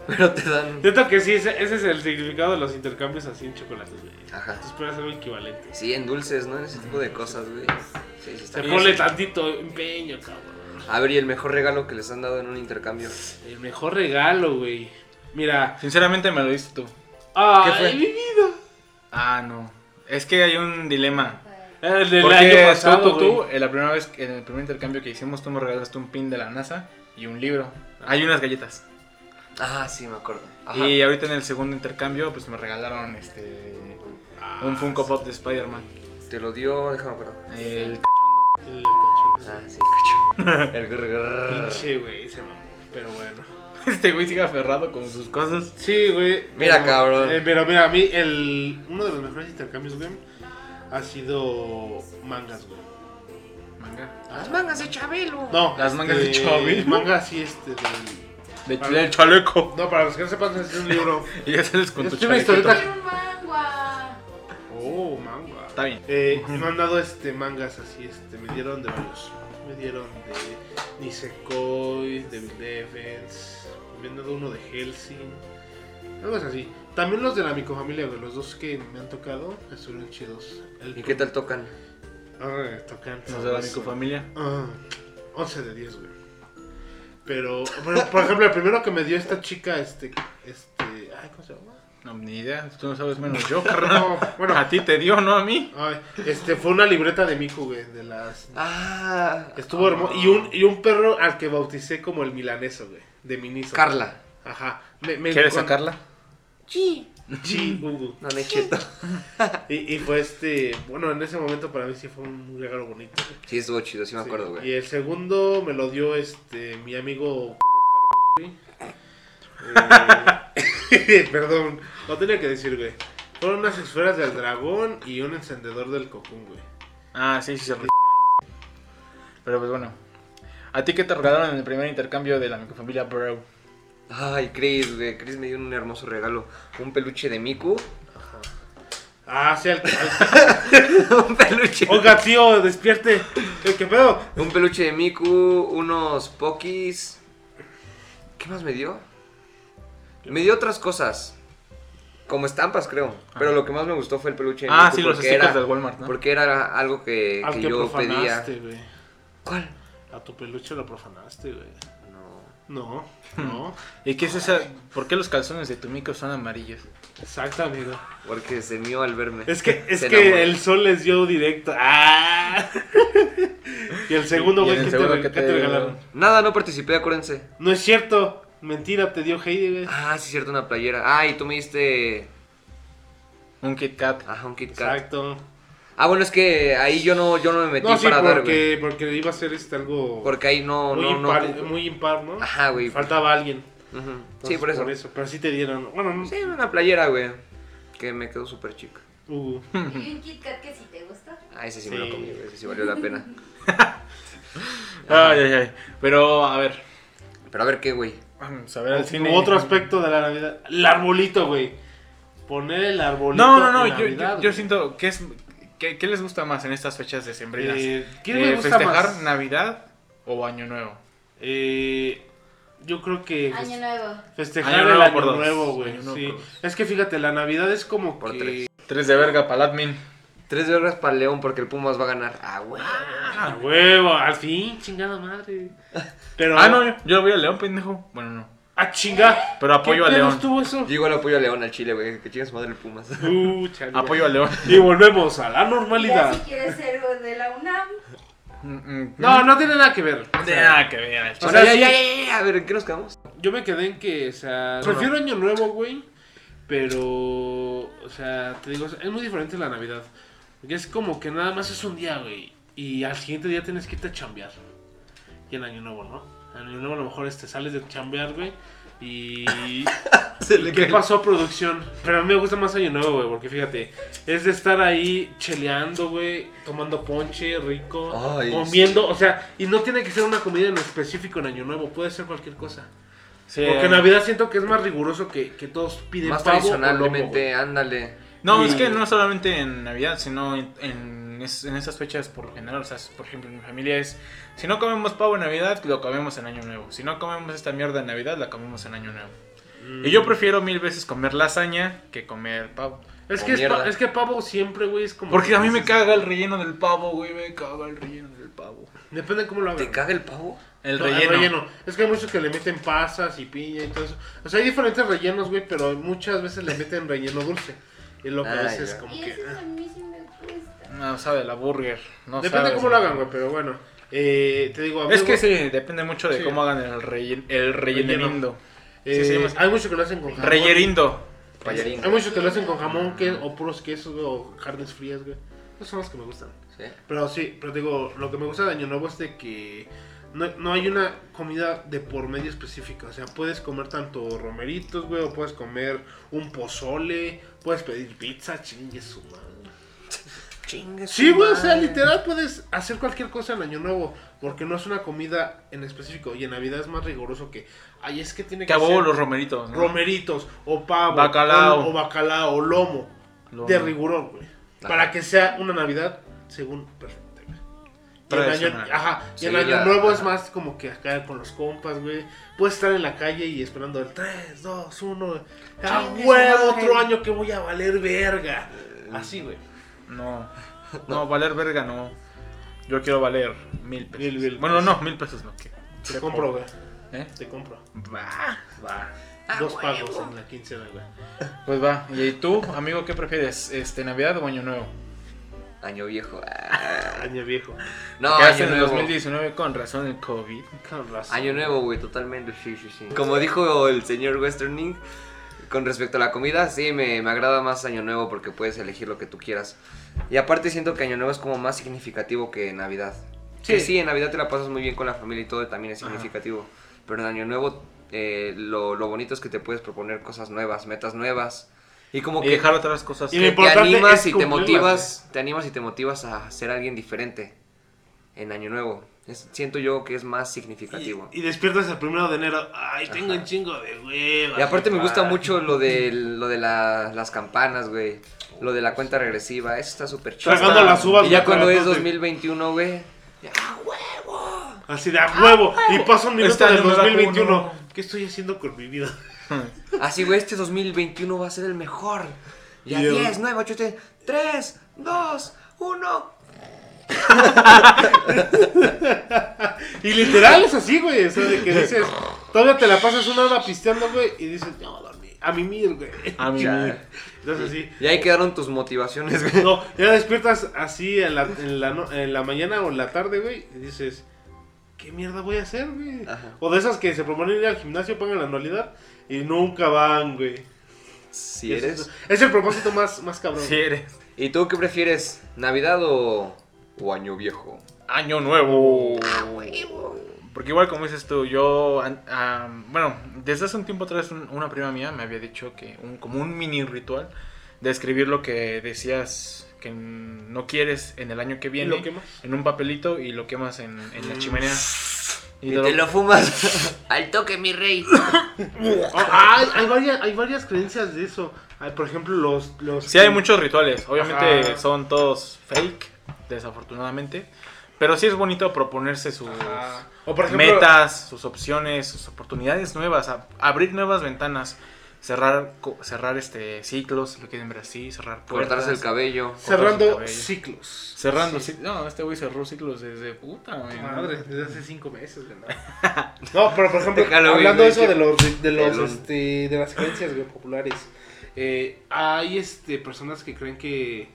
[SPEAKER 2] Pero te dan.
[SPEAKER 4] siento que sí, ese, ese es el significado de los intercambios así en chocolates, güey.
[SPEAKER 2] Ajá.
[SPEAKER 4] Tú esperas algo equivalente.
[SPEAKER 2] Sí, en dulces, ¿no? En ese tipo de cosas, güey. Sí, sí, está
[SPEAKER 4] Se
[SPEAKER 2] bien.
[SPEAKER 4] ponle tantito empeño, cabrón.
[SPEAKER 2] A ver, ¿y el mejor regalo que les han dado en un intercambio?
[SPEAKER 4] El mejor regalo, güey. Mira.
[SPEAKER 3] Sinceramente me lo diste tú.
[SPEAKER 4] ¡Ay,
[SPEAKER 3] fue?
[SPEAKER 4] mi vida!
[SPEAKER 3] Ah, no. Es que hay un dilema.
[SPEAKER 4] El del
[SPEAKER 3] Porque
[SPEAKER 4] año pasado,
[SPEAKER 3] tú, tú,
[SPEAKER 4] güey.
[SPEAKER 3] tú, en la primera vez, en el primer intercambio que hicimos, tú me regalaste un pin de la NASA y un libro. Hay unas galletas.
[SPEAKER 2] Ah, sí, me acuerdo. Ajá.
[SPEAKER 3] Y ahorita en el segundo intercambio, pues me regalaron este
[SPEAKER 4] Ah,
[SPEAKER 3] un Funko Pop de Spider-Man.
[SPEAKER 2] Te lo dio, déjame acuerdo.
[SPEAKER 3] El
[SPEAKER 4] El
[SPEAKER 2] Ah, sí, cacho. El
[SPEAKER 4] cachondo.
[SPEAKER 2] grrr.
[SPEAKER 4] Sí, güey, se mamó. Pero bueno.
[SPEAKER 3] Este güey sigue aferrado con sus cosas.
[SPEAKER 4] Sí, güey.
[SPEAKER 2] Mira,
[SPEAKER 4] pero-
[SPEAKER 2] cabrón.
[SPEAKER 4] eh, pero mira, a mí el, uno de los mejores intercambios, güey, ha sido mangas, güey.
[SPEAKER 3] Manga.
[SPEAKER 2] Las mangas de Chabelo.
[SPEAKER 4] No.
[SPEAKER 3] Las mangas
[SPEAKER 4] este,
[SPEAKER 3] de Chabelo.
[SPEAKER 4] Mangas, sí, este. del-
[SPEAKER 3] De
[SPEAKER 4] Ah.
[SPEAKER 3] del chaleco.
[SPEAKER 4] No, para los que no sepan, es un libro.
[SPEAKER 3] Y ya sales con tu
[SPEAKER 4] Es una
[SPEAKER 3] chaleco.
[SPEAKER 4] historieta.
[SPEAKER 5] Quiero un mangua.
[SPEAKER 4] Oh, manga.
[SPEAKER 3] Está bien.
[SPEAKER 4] Eh, me han dado este mangas así, este, me dieron de varios. Me dieron de Nisekoi, Devil Defense, me han dado uno de Helsing, algo así. También los de la micofamilia, güey, los dos que me han tocado estuvieron chidos. El
[SPEAKER 2] ¿Y qué tal tocan?
[SPEAKER 4] Ah, tocan
[SPEAKER 3] Los de la
[SPEAKER 4] sabroso.
[SPEAKER 3] microfamilia.
[SPEAKER 4] Ah, 11 de 10, güey. Pero, bueno, por ejemplo, el primero que me dio esta chica, este, este, ay, ¿cómo se llama?
[SPEAKER 3] No, ni idea. Tú no sabes menos yo, carnal.
[SPEAKER 4] No, bueno,
[SPEAKER 3] A ti te dio, no a mí.
[SPEAKER 4] ay, este, fue una libreta de Miku, güey, de las
[SPEAKER 2] Ah.
[SPEAKER 4] Estuvo hermoso. Y un, y un perro al que bauticé como el milaneso, güey. De Miniso.
[SPEAKER 2] Carla.
[SPEAKER 4] Ajá. Me, me
[SPEAKER 3] ¿Quieres
[SPEAKER 4] con-
[SPEAKER 3] sacarla?
[SPEAKER 4] Sí, Gugu.
[SPEAKER 2] No, no es cierto.
[SPEAKER 4] Y, y fue este. Bueno, en ese momento para mí sí fue un regalo bonito. güey.
[SPEAKER 2] Sí, estuvo chido, sí me
[SPEAKER 4] Sí.
[SPEAKER 2] acuerdo,
[SPEAKER 4] Y
[SPEAKER 2] güey.
[SPEAKER 4] el segundo me lo dio este. Mi amigo. Color Carbón, güey. Eh, Perdón. Lo tenía que decir, güey. Fueron unas esferas del dragón y un encendedor del cocún, güey.
[SPEAKER 3] Ah, sí, sí, se re- Pero pues bueno. ¿A ti qué te regalaron en el primer intercambio de la microfamilia, bro?
[SPEAKER 2] Ay, Chris, güey. Chris me dio un hermoso regalo. Un peluche de Miku.
[SPEAKER 4] Ah, sí, al, al-
[SPEAKER 2] un peluche.
[SPEAKER 4] Oiga, tío, despierte. Eh, ¿Qué pedo?
[SPEAKER 2] Un peluche de Miku, unos Pokis. ¿Qué más me dio? Me dio otras cosas. Como estampas, creo. Pero lo que más me gustó fue el peluche de
[SPEAKER 3] Ah,
[SPEAKER 2] Miku
[SPEAKER 3] sí, los
[SPEAKER 2] porque
[SPEAKER 3] stickers
[SPEAKER 2] era-
[SPEAKER 3] del Walmart, ¿no?
[SPEAKER 2] Porque era algo que,
[SPEAKER 4] Al
[SPEAKER 2] que
[SPEAKER 4] Ah, que
[SPEAKER 2] yo pedía.
[SPEAKER 4] profanaste, güey.
[SPEAKER 2] ¿Cuál?
[SPEAKER 4] A tu peluche lo profanaste, güey.
[SPEAKER 2] No.
[SPEAKER 4] No, no.
[SPEAKER 3] ¿Y qué es esa? ¿Por qué los calzones de tu mico son amarillos?
[SPEAKER 4] Exacto, amigo.
[SPEAKER 2] Porque se mió al verme.
[SPEAKER 4] Es que, es
[SPEAKER 2] Se
[SPEAKER 4] que
[SPEAKER 2] enamoró.
[SPEAKER 4] el sol les dio directo. ¡Ah! y el segundo,
[SPEAKER 3] Y
[SPEAKER 4] güey,
[SPEAKER 3] en el
[SPEAKER 4] ¿qué, te
[SPEAKER 3] segundo
[SPEAKER 4] re-
[SPEAKER 3] que
[SPEAKER 4] qué
[SPEAKER 3] te-
[SPEAKER 4] te regalaron?
[SPEAKER 2] Nada, no participé, acuérdense.
[SPEAKER 4] No es cierto. Mentira, te dio Heidi, güey.
[SPEAKER 2] Ah, sí, cierto, una playera. Ah, y tú me diste.
[SPEAKER 3] Un Kit Kat.
[SPEAKER 2] Ajá, un Kit Kat.
[SPEAKER 4] Exacto.
[SPEAKER 2] Ah, bueno, es que ahí yo no, yo no me metí
[SPEAKER 4] No, sí,
[SPEAKER 2] para dar, güey.
[SPEAKER 4] porque, porque iba a ser este algo
[SPEAKER 2] Porque ahí no,
[SPEAKER 4] muy,
[SPEAKER 2] no, no.
[SPEAKER 4] impar, muy impar, ¿no?
[SPEAKER 2] Ajá, güey.
[SPEAKER 4] Faltaba alguien.
[SPEAKER 2] Ujú. sí,
[SPEAKER 4] Entonces,
[SPEAKER 2] por eso.
[SPEAKER 4] Pero sí te dieron. Bueno, no.
[SPEAKER 2] Sí, una playera, güey. Que me quedó súper chica.
[SPEAKER 4] Uh,
[SPEAKER 5] Y un Kit Kat que si te gusta.
[SPEAKER 2] Ah, ese sí, me
[SPEAKER 4] Sí.
[SPEAKER 2] lo comí, güey. Ese sí valió la pena.
[SPEAKER 3] Ay, ay, ay. Pero, a ver.
[SPEAKER 2] Pero a ver qué, güey.
[SPEAKER 3] Vamos a ver al cine.
[SPEAKER 4] Otro aspecto de la Navidad. El arbolito, güey. Poner el arbolito.
[SPEAKER 3] No, no, no.
[SPEAKER 4] en
[SPEAKER 3] Yo,
[SPEAKER 4] Navidad,
[SPEAKER 3] yo- yo
[SPEAKER 4] güey.
[SPEAKER 3] siento que es. ¿Qué, qué les gusta más en estas fechas decembrinas?
[SPEAKER 4] Eh, ¿Quién
[SPEAKER 3] Eh,
[SPEAKER 4] me gusta
[SPEAKER 3] ¿Festejar
[SPEAKER 4] más?
[SPEAKER 3] Navidad o Año Nuevo?
[SPEAKER 4] Eh, yo creo que.
[SPEAKER 3] pues,
[SPEAKER 5] Año nuevo.
[SPEAKER 4] Festejar
[SPEAKER 3] Año
[SPEAKER 4] el
[SPEAKER 3] nuevo
[SPEAKER 4] año
[SPEAKER 3] por dos.
[SPEAKER 4] nuevo, güey.
[SPEAKER 3] Año nuevo
[SPEAKER 4] sí.
[SPEAKER 3] por dos.
[SPEAKER 4] Es que fíjate, la Navidad es como
[SPEAKER 2] Por
[SPEAKER 4] que-
[SPEAKER 2] tres.
[SPEAKER 3] Tres de verga para el admin.
[SPEAKER 2] Tres de horas para el León porque el Pumas va a ganar. Ah, güey.
[SPEAKER 4] Ah, huevo, al fin, chingada madre. Pero.
[SPEAKER 3] Ah, no, yo, yo voy al León, pendejo. Bueno, no.
[SPEAKER 4] ¡Ah, chinga!
[SPEAKER 3] Pero apoyo
[SPEAKER 4] ¿Qué
[SPEAKER 3] al
[SPEAKER 4] pedo
[SPEAKER 3] León.
[SPEAKER 4] estuvo eso?
[SPEAKER 2] Yo igual apoyo a León al Chile, güey. Que chingas madre el Pumas.
[SPEAKER 4] Uh, chale.
[SPEAKER 3] Apoyo al León.
[SPEAKER 4] Y volvemos a la
[SPEAKER 5] Ya si
[SPEAKER 4] normalidad.
[SPEAKER 5] quieres ser de la UNAM,
[SPEAKER 4] Mm, No, no tiene nada que ver.
[SPEAKER 3] no tiene nada que ver. al
[SPEAKER 2] O
[SPEAKER 3] chile.
[SPEAKER 2] sea, ya,
[SPEAKER 4] Ahora sí.
[SPEAKER 2] ya, ya, ya. A ver, ¿en qué nos quedamos?
[SPEAKER 4] Yo me quedé en que, o sea. Prefiero Año Nuevo, güey. Pero. O sea, te digo, es muy diferente la Navidad. Porque es como que nada más es un día, güey. Y al siguiente día tienes que irte a chambear. Y en Año Nuevo, ¿no? En Año Nuevo a lo mejor este, sales de chambear, güey. Y.
[SPEAKER 2] Se
[SPEAKER 4] ¿Y ¿Qué pasó, producción? Pero a mí me gusta más Año Nuevo, güey, porque fíjate, es de estar ahí cheleando, güey, tomando ponche rico,
[SPEAKER 2] Ay,
[SPEAKER 4] comiendo, o sea, y no tiene que ser una comida en específico en Año Nuevo, puede ser cualquier cosa.
[SPEAKER 3] Sí,
[SPEAKER 4] porque
[SPEAKER 3] eh,
[SPEAKER 4] en Navidad siento que es más riguroso que, que todos piden
[SPEAKER 2] Más
[SPEAKER 4] pavo o lomo,
[SPEAKER 2] tradicionalmente, ándale.
[SPEAKER 3] No,
[SPEAKER 4] Y-
[SPEAKER 3] es que no solamente en Navidad, sino en, en, es- en esas fechas por lo general. O sea, por ejemplo, en mi familia es: si no comemos pavo en Navidad, lo comemos en Año Nuevo. Si no comemos esta mierda en Navidad, la comemos en Año Nuevo.
[SPEAKER 4] güey.
[SPEAKER 2] Mm,
[SPEAKER 3] Y yo prefiero mil veces comer lasaña que comer pavo.
[SPEAKER 4] Es que, es,
[SPEAKER 2] Mierda.
[SPEAKER 4] pa- es que pavo siempre, güey, es como...
[SPEAKER 3] Porque a mí me caga el relleno del pavo, güey. Me caga el relleno del pavo.
[SPEAKER 4] Depende de cómo lo hagas.
[SPEAKER 2] ¿Te caga el pavo?
[SPEAKER 3] El
[SPEAKER 4] No,
[SPEAKER 3] relleno.
[SPEAKER 4] Es que hay muchos que le meten pasas y piña y todo eso. O sea, hay diferentes rellenos, güey, pero muchas veces le meten relleno dulce. Y lo que
[SPEAKER 2] Ah,
[SPEAKER 4] a veces
[SPEAKER 2] ya.
[SPEAKER 4] como
[SPEAKER 5] y
[SPEAKER 4] que...
[SPEAKER 5] eso
[SPEAKER 4] ah.
[SPEAKER 5] a mí sí me gusta.
[SPEAKER 3] No sabe la burger. No
[SPEAKER 4] Depende
[SPEAKER 3] sabe.
[SPEAKER 4] cómo lo hagan, güey, pero bueno. Eh, te digo,
[SPEAKER 3] Es
[SPEAKER 4] amigo,
[SPEAKER 3] que sí, depende mucho de
[SPEAKER 4] Sí.
[SPEAKER 3] cómo hagan el, rellen, el rellenerindo.
[SPEAKER 4] eh,
[SPEAKER 3] sí, se llama-
[SPEAKER 4] hay muchos que lo hacen
[SPEAKER 3] Ah,
[SPEAKER 4] con jamón.
[SPEAKER 3] Rellerindo.
[SPEAKER 2] Payarín.
[SPEAKER 4] Hay muchos que lo hacen con jamón que, o puros quesos güey, o carnes frías, güey. Esos son los que me gustan.
[SPEAKER 2] Sí.
[SPEAKER 4] Pero sí, pero te digo, lo que me gusta de Año Nuevo es de que no, no hay una comida de por medio específica. O sea, puedes comer tanto romeritos, güey, o puedes comer un pozole, puedes pedir pizza, chingue su madre.
[SPEAKER 2] Chingue su
[SPEAKER 4] Sí, güey, o sea,
[SPEAKER 2] madre.
[SPEAKER 4] literal puedes hacer cualquier cosa en Año Nuevo, porque no es una comida en específico. Y en Navidad es más riguroso que, ay, es que tiene que,
[SPEAKER 3] Que a huevo
[SPEAKER 4] ser
[SPEAKER 3] los romeritos, ¿no?
[SPEAKER 4] romeritos, o pavo,
[SPEAKER 3] Bacalao.
[SPEAKER 4] o, o bacalao, o lomo,
[SPEAKER 3] Lomo.
[SPEAKER 4] de rigor, güey.
[SPEAKER 2] Ajá.
[SPEAKER 4] Para que sea una Navidad, según perfecta, güey. Y en año,
[SPEAKER 3] Tradicional.
[SPEAKER 4] ajá, y en
[SPEAKER 2] Sí,
[SPEAKER 4] año
[SPEAKER 2] la-
[SPEAKER 4] nuevo
[SPEAKER 2] ajá.
[SPEAKER 4] es más como que acá con los compas, güey. Puedes estar en la calle y esperando el 3, 2, 1. ¡A
[SPEAKER 5] Chingue su
[SPEAKER 4] huevo!
[SPEAKER 5] madre.
[SPEAKER 4] Otro año que voy a valer verga. Así, güey.
[SPEAKER 3] No. No, valer verga no. Yo quiero valer mil pesos.
[SPEAKER 4] Mil, mil
[SPEAKER 3] bueno, no, mil pesos no. ¿qué?
[SPEAKER 4] Te compro, güey.
[SPEAKER 3] ¿Eh?
[SPEAKER 4] Te compro.
[SPEAKER 3] Va.
[SPEAKER 4] Va.
[SPEAKER 2] Ah,
[SPEAKER 4] Dos pagos en la quincena, güey.
[SPEAKER 3] Pues va. ¿Y tú, amigo, qué prefieres? Este, ¿Navidad o Año Nuevo?
[SPEAKER 2] Año viejo. Ah.
[SPEAKER 4] Año viejo.
[SPEAKER 2] No,
[SPEAKER 3] ¿Qué
[SPEAKER 2] año
[SPEAKER 3] hacen en
[SPEAKER 2] nuevo.
[SPEAKER 3] 2019 con razón el COVID?
[SPEAKER 4] Con razón.
[SPEAKER 2] Año nuevo, güey, totalmente. Sí, sí, sí. Como dijo el señor Westerning, con respecto a la comida, sí, me, me agrada más año nuevo porque puedes elegir lo que tú quieras. Y aparte siento que año nuevo es como más significativo que Navidad. Sí, sí, en Navidad te la pasas muy bien con la familia y todo, también es significativo. Pero en año nuevo, eh, lo, lo bonito es que te puedes proponer cosas nuevas, metas nuevas. Y como
[SPEAKER 3] Y
[SPEAKER 2] que...
[SPEAKER 3] dejar otras cosas.
[SPEAKER 4] Y
[SPEAKER 2] que te
[SPEAKER 4] importante es
[SPEAKER 2] animas y te
[SPEAKER 4] cumplirlas,
[SPEAKER 2] motivas, te animas y te motivas a ser alguien diferente en Año Nuevo. Es- siento yo que es más
[SPEAKER 4] Y,
[SPEAKER 2] significativo. Y,
[SPEAKER 4] y despiertas el primero de enero. Ay, tengo un chingo de hueva.
[SPEAKER 2] aparte me gusta mucho lo de lo de la- las campanas, güey. Lo de la cuenta regresiva, eso está súper chido.
[SPEAKER 4] Tragando
[SPEAKER 2] Está-
[SPEAKER 4] las uvas,
[SPEAKER 2] Y ya
[SPEAKER 4] güey,
[SPEAKER 2] cuando
[SPEAKER 4] pero
[SPEAKER 2] es
[SPEAKER 4] entonces-
[SPEAKER 2] 2021, güey.
[SPEAKER 4] Así de a huevo. Y pasa un minuto
[SPEAKER 3] Este año
[SPEAKER 4] del
[SPEAKER 3] no la
[SPEAKER 4] 2021.
[SPEAKER 3] cumplo.
[SPEAKER 4] ¿Qué estoy haciendo con mi vida?
[SPEAKER 2] Así, güey, este 2021 va a ser el mejor. Y a
[SPEAKER 4] Yo-
[SPEAKER 2] 10, 9, 8, 7, 3, 2, 1.
[SPEAKER 4] Y literal es así, güey. O sea, de que dices, todavía te la pasas una hora pisteando, güey, y dices, no, dormí. A mimir, güey.
[SPEAKER 3] A mí.
[SPEAKER 2] Ya.
[SPEAKER 4] Entonces sí.
[SPEAKER 2] Y ahí quedaron tus motivaciones, güey.
[SPEAKER 4] No, ya despiertas así en la, en la, no- en la mañana o en la tarde, güey, y dices, ¿qué mierda voy a hacer, güey?
[SPEAKER 2] Ajá.
[SPEAKER 4] O de esas que se proponen ir al gimnasio, pagan la anualidad y nunca van, güey.
[SPEAKER 2] Si
[SPEAKER 4] Eso
[SPEAKER 2] eres.
[SPEAKER 4] Es, es el propósito más, más cabrón.
[SPEAKER 3] Si eres.
[SPEAKER 2] ¿Y tú qué prefieres? ¿Navidad o, o Año Viejo?
[SPEAKER 3] Año nuevo.
[SPEAKER 4] Ah,
[SPEAKER 3] Porque igual como dices tú, yo, an- am, bueno, desde hace un tiempo atrás un- una prima mía me había dicho que un, como un mini ritual de escribir lo que decías que no quieres en el año que
[SPEAKER 4] ¿Y
[SPEAKER 3] viene
[SPEAKER 4] lo que más?
[SPEAKER 3] en un papelito y lo quemas en, en la chimenea. Y
[SPEAKER 2] Y
[SPEAKER 3] Mm. te lo-
[SPEAKER 2] te lo fumas al toque, mi rey.
[SPEAKER 4] Ah, hay, hay varias, hay varias creencias de eso. Hay, por ejemplo, los... los
[SPEAKER 3] Sí hay muchos rituales, obviamente
[SPEAKER 4] Ajá.
[SPEAKER 3] son todos fake, desafortunadamente, pero sí es bonito proponerse sus
[SPEAKER 4] Ajá. O por ejemplo,
[SPEAKER 3] metas, sus opciones, sus oportunidades nuevas, ab- abrir nuevas ventanas, cerrar co- cerrar este ciclos, lo quieren ver así, cerrar puertas.
[SPEAKER 2] Cortarse el cabello.
[SPEAKER 3] Cortas el
[SPEAKER 4] cerrando
[SPEAKER 3] cabello.
[SPEAKER 4] ciclos.
[SPEAKER 3] Cerrando cic- No, este güey cerró ciclos desde puta, güey, ¿no?
[SPEAKER 4] Madre, desde hace cinco meses, güey. No, pero por ejemplo,
[SPEAKER 2] Déjalo, güey,
[SPEAKER 4] hablando de eso
[SPEAKER 2] güey,
[SPEAKER 4] de los, de, de los,
[SPEAKER 2] Pelón.
[SPEAKER 4] este, de las creencias güey, populares, eh, hay, este, personas que creen que,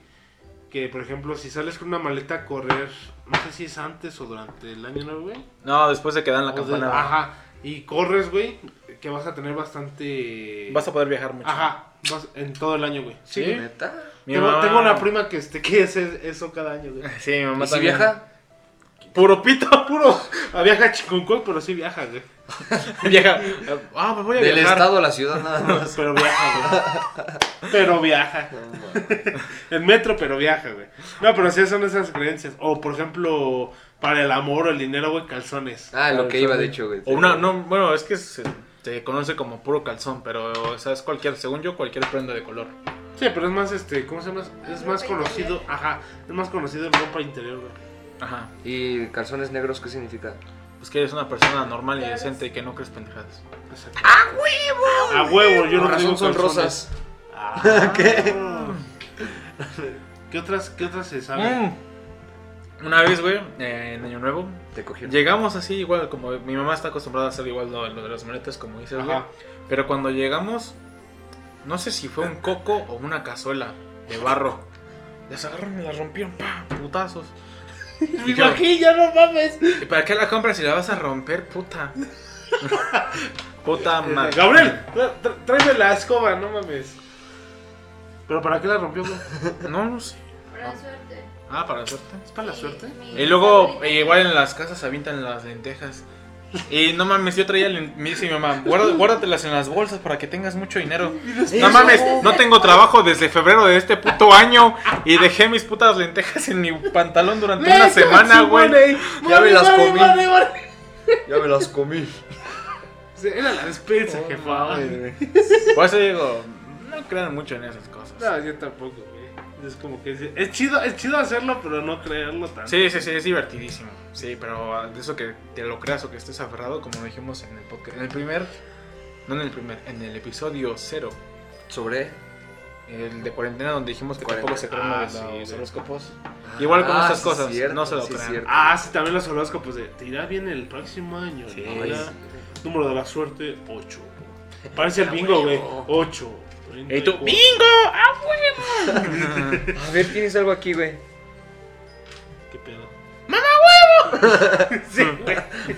[SPEAKER 4] que, por ejemplo, si sales con una maleta a correr, no sé si es antes o durante el año nuevo, güey.
[SPEAKER 3] No, después de que dan la
[SPEAKER 4] o de-
[SPEAKER 3] campana.
[SPEAKER 4] ajá, y corres, güey, que vas a tener bastante...
[SPEAKER 3] Vas a poder viajar mucho.
[SPEAKER 4] Ajá, vas- en todo el año, güey.
[SPEAKER 3] Sí.
[SPEAKER 4] güey.
[SPEAKER 2] ¿Neta?
[SPEAKER 3] Mi
[SPEAKER 4] Tengo,
[SPEAKER 3] mamá-
[SPEAKER 4] tengo una prima que, este, que hace eso cada año, güey.
[SPEAKER 3] Sí, mi mamá
[SPEAKER 2] ¿Y si
[SPEAKER 3] también.
[SPEAKER 2] viaja?
[SPEAKER 4] Puro pito, puro. Viaja a Chiconcuac, pero sí viaja, güey.
[SPEAKER 3] Viaja. Ah, me voy a
[SPEAKER 2] Del
[SPEAKER 3] viajar.
[SPEAKER 2] estado a la ciudad nada más.
[SPEAKER 4] Pero viaja, güey. Pero viaja.
[SPEAKER 2] No, mames.
[SPEAKER 4] En metro, pero viaja, güey. No, pero sí son esas creencias. O, por ejemplo, para el amor o el dinero, güey, calzones.
[SPEAKER 2] Ah, lo que iba de
[SPEAKER 3] Calzón.
[SPEAKER 2] hecho, güey.
[SPEAKER 3] O una, no, bueno, es que se, se conoce como puro calzón, pero o sea, es cualquier, según yo, cualquier prenda de color.
[SPEAKER 4] Sí, pero es más, este, ¿cómo se llama? Es más conocido, ajá, es más conocido en ropa interior, güey.
[SPEAKER 3] Ajá.
[SPEAKER 2] ¿Y calzones negros qué significa?
[SPEAKER 3] Pues que eres una persona normal y decente y que no crees pendejadas.
[SPEAKER 4] Exacto. ¡A huevo! Yo
[SPEAKER 2] Con
[SPEAKER 4] no
[SPEAKER 2] razón Ah,
[SPEAKER 4] digo
[SPEAKER 2] son
[SPEAKER 4] calzones.
[SPEAKER 2] rosas.
[SPEAKER 4] Ah. ¿Qué? otras, qué otras se saben?
[SPEAKER 3] Mm. Una vez, güey, eh, en Año Nuevo,
[SPEAKER 2] Te cogieron.
[SPEAKER 3] llegamos así igual, como mi mamá está acostumbrada a hacer igual lo, lo de las maletas, como dices, güey.
[SPEAKER 4] Ajá.
[SPEAKER 3] Pero cuando llegamos, no sé si fue un coco o una cazuela de barro. Las agarraron y las rompieron, ¡pam! Putazos.
[SPEAKER 4] Mi
[SPEAKER 3] yo-
[SPEAKER 4] vajilla, no mames.
[SPEAKER 3] ¿Y para qué la compras si la vas a romper, puta? puta madre.
[SPEAKER 4] Gabriel, tra- tra- tráeme la escoba, no mames. ¿Pero para qué la rompió, güey?
[SPEAKER 3] No, no sé.
[SPEAKER 5] Buena suerte.
[SPEAKER 3] Ah, para suerte.
[SPEAKER 4] ¿Es para la suerte?
[SPEAKER 5] Mi-
[SPEAKER 3] Y luego,
[SPEAKER 5] mi-
[SPEAKER 3] eh, igual en las casas avientan las lentejas. Y no mames, yo traía, len- me dice mi mamá, "Guarda- guárdatelas en las bolsas para que tengas mucho dinero. No mames, no tengo trabajo desde febrero de este puto año y dejé mis putas lentejas en mi pantalón durante una semana, güey.
[SPEAKER 2] Ya me las comí.
[SPEAKER 4] Vale, vale.
[SPEAKER 2] Ya me las comí.
[SPEAKER 4] Era la despensa,
[SPEAKER 2] Ah,
[SPEAKER 4] jefa.
[SPEAKER 3] Por eso digo, no crean mucho en esas cosas.
[SPEAKER 4] No, yo tampoco, güey. Es como que es, es chido, es chido hacerlo, pero no creerlo tanto.
[SPEAKER 3] Sí, sí, sí, es divertidísimo. Sí, pero ah, de eso que te lo creas o que estés aferrado, como dijimos en el podcast, en el primer, no en el primer, en el episodio cero,
[SPEAKER 2] ¿Sobre?
[SPEAKER 3] el de cuarentena donde dijimos que tampoco se crean
[SPEAKER 4] Ah,
[SPEAKER 3] los,
[SPEAKER 4] sí,
[SPEAKER 3] los
[SPEAKER 4] güey.
[SPEAKER 3] horóscopos. Igual con
[SPEAKER 2] Ah,
[SPEAKER 3] estas
[SPEAKER 2] sí,
[SPEAKER 3] cosas,
[SPEAKER 2] cierto,
[SPEAKER 3] no se lo
[SPEAKER 2] sí,
[SPEAKER 3] crean.
[SPEAKER 2] cierto.
[SPEAKER 4] Ah, sí, también los horóscopos de te irá bien el próximo año.
[SPEAKER 3] Sí.
[SPEAKER 4] ¿no? Ya. Número de la suerte, 8. Parece el bingo, güey. 8.
[SPEAKER 3] Y tú, ¡bingo! ¡Ah, huevo!
[SPEAKER 2] A ver, tienes algo aquí, güey.
[SPEAKER 4] ¿Qué pedo?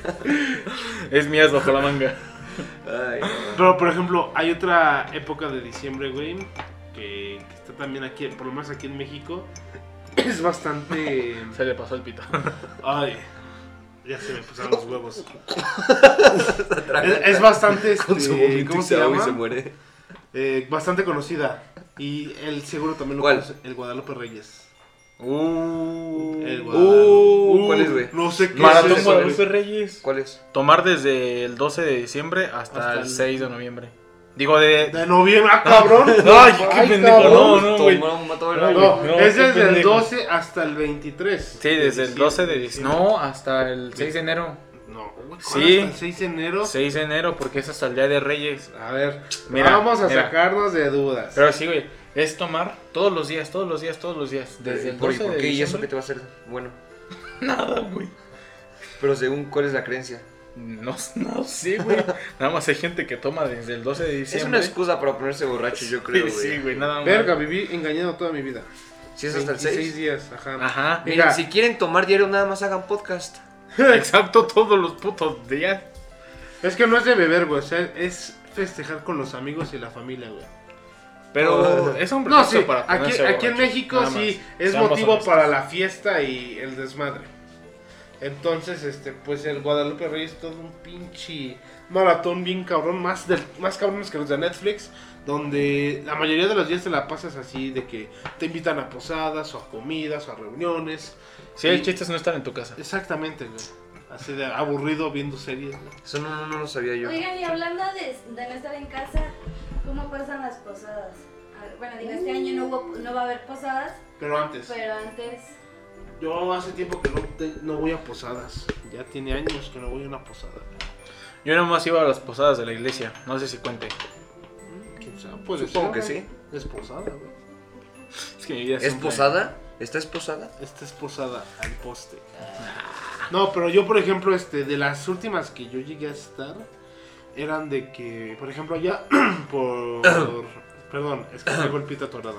[SPEAKER 3] es mías bajo la manga.
[SPEAKER 2] Ay, no.
[SPEAKER 4] Pero por ejemplo, hay otra época de diciembre, güey, que, que está también aquí, por lo menos aquí en México. Es bastante.
[SPEAKER 3] Se le pasó el pito.
[SPEAKER 4] Ay. Ya se me pusieron los huevos. es, es bastante.
[SPEAKER 2] Con su
[SPEAKER 4] Este,
[SPEAKER 2] vómito
[SPEAKER 4] ¿Cómo
[SPEAKER 2] y
[SPEAKER 4] se
[SPEAKER 2] agua y
[SPEAKER 4] llama?
[SPEAKER 2] se muere.
[SPEAKER 4] Eh, bastante conocida. Y él seguro también lo
[SPEAKER 2] ¿Cuál?
[SPEAKER 4] conoce. El Guadalupe Reyes.
[SPEAKER 3] Uh,
[SPEAKER 4] El
[SPEAKER 2] Uh, ¿cuál es, güey?
[SPEAKER 4] No sé qué
[SPEAKER 3] Maratón
[SPEAKER 4] es eso, güey.
[SPEAKER 3] Guadalupe Reyes.
[SPEAKER 2] ¿Cuál es?
[SPEAKER 3] Tomar desde el 12 de diciembre hasta,
[SPEAKER 4] Hasta
[SPEAKER 3] el
[SPEAKER 4] el-
[SPEAKER 3] 6 de noviembre. Digo, de.
[SPEAKER 4] De noviembre, ah, cabrón.
[SPEAKER 3] Ay, qué pendejo,
[SPEAKER 4] cabrón.
[SPEAKER 3] no, güey.
[SPEAKER 2] Tomó- mató el
[SPEAKER 3] No,
[SPEAKER 2] aire.
[SPEAKER 4] No,
[SPEAKER 3] No,
[SPEAKER 4] es
[SPEAKER 3] qué
[SPEAKER 4] desde el
[SPEAKER 3] pendejo.
[SPEAKER 4] 12 hasta el 23.
[SPEAKER 3] sí, desde el 12 de diciembre.
[SPEAKER 4] diciembre.
[SPEAKER 3] No, hasta el 6 de enero.
[SPEAKER 4] No, güey, ¿cuál
[SPEAKER 3] Sí.
[SPEAKER 4] hasta el 6 de enero.
[SPEAKER 3] 6 de enero, porque es hasta el día de Reyes.
[SPEAKER 4] A ver,
[SPEAKER 3] Mira,
[SPEAKER 4] vamos a
[SPEAKER 3] mira.
[SPEAKER 4] sacarnos de dudas.
[SPEAKER 3] Pero sí, güey. Es tomar todos los días, todos los días, todos los días. Desde el
[SPEAKER 2] ¿Por,
[SPEAKER 3] 12
[SPEAKER 2] por
[SPEAKER 3] de
[SPEAKER 2] qué? ¿Y eso
[SPEAKER 3] diciembre.
[SPEAKER 2] qué te va a hacer bueno?
[SPEAKER 3] nada, güey.
[SPEAKER 2] Pero según cuál es la creencia.
[SPEAKER 3] No, no sé, güey. Nada más hay gente que toma desde el 12 de
[SPEAKER 2] Es
[SPEAKER 3] diciembre.
[SPEAKER 2] una excusa para ponerse borracho, yo creo, güey.
[SPEAKER 3] Sí, güey, nada más.
[SPEAKER 4] Verga, viví engañado toda mi vida.
[SPEAKER 2] Si es hasta el
[SPEAKER 4] 26
[SPEAKER 2] 6.
[SPEAKER 4] días, ajá.
[SPEAKER 3] Ajá.
[SPEAKER 2] Miren,
[SPEAKER 4] Mira.
[SPEAKER 2] si quieren tomar diario, nada más hagan podcast.
[SPEAKER 3] Exacto, todos los putos días.
[SPEAKER 4] Es que no es de beber, güey. O sea, es festejar con los amigos y la familia, güey.
[SPEAKER 3] Pero es un
[SPEAKER 4] No,
[SPEAKER 3] pretexto
[SPEAKER 4] sí.
[SPEAKER 3] para
[SPEAKER 4] Aquí,
[SPEAKER 3] ponerse
[SPEAKER 4] aquí en
[SPEAKER 3] borrachos,
[SPEAKER 4] México
[SPEAKER 3] nada más.
[SPEAKER 4] sí es
[SPEAKER 3] Seamos
[SPEAKER 4] motivo
[SPEAKER 3] honestos.
[SPEAKER 4] para la fiesta y el desmadre. Entonces, este, pues el Guadalupe Reyes es todo un pinche maratón bien cabrón, más del, más cabrones que los de Netflix, donde la mayoría de los días te la pasas así de que te invitan a posadas o a comidas o a reuniones.
[SPEAKER 3] Sí, el chiste es no estar en tu casa.
[SPEAKER 4] Exactamente, güey. Así de aburrido viendo series. güey.
[SPEAKER 2] Eso no, no, no lo sabía yo.
[SPEAKER 5] Oigan, y hablando de, de no estar en casa, ¿cómo pasan las posadas? Ah, Bueno, digo, este año no, hubo- no va a haber posadas,
[SPEAKER 4] Pero antes,
[SPEAKER 5] pero antes...
[SPEAKER 4] yo hace tiempo que no, te- no voy a posadas. Ya tiene años que no voy a una posada.
[SPEAKER 3] Yo nada más iba a las posadas de la iglesia. No sé si cuente.
[SPEAKER 4] ¿Quién sabe? Puede
[SPEAKER 2] Supongo que
[SPEAKER 4] ser,
[SPEAKER 2] sí.
[SPEAKER 4] güey. Es posada, güey.
[SPEAKER 3] Es que mi vida
[SPEAKER 2] ¿Es
[SPEAKER 3] siempre-
[SPEAKER 2] posada? ¿Está esposada?
[SPEAKER 4] Esta es posada al poste. Ah. No, pero yo, por ejemplo, este, de las últimas que yo llegué a estar, eran de que, por ejemplo, allá por. perdón, es que tengo el pito atorado.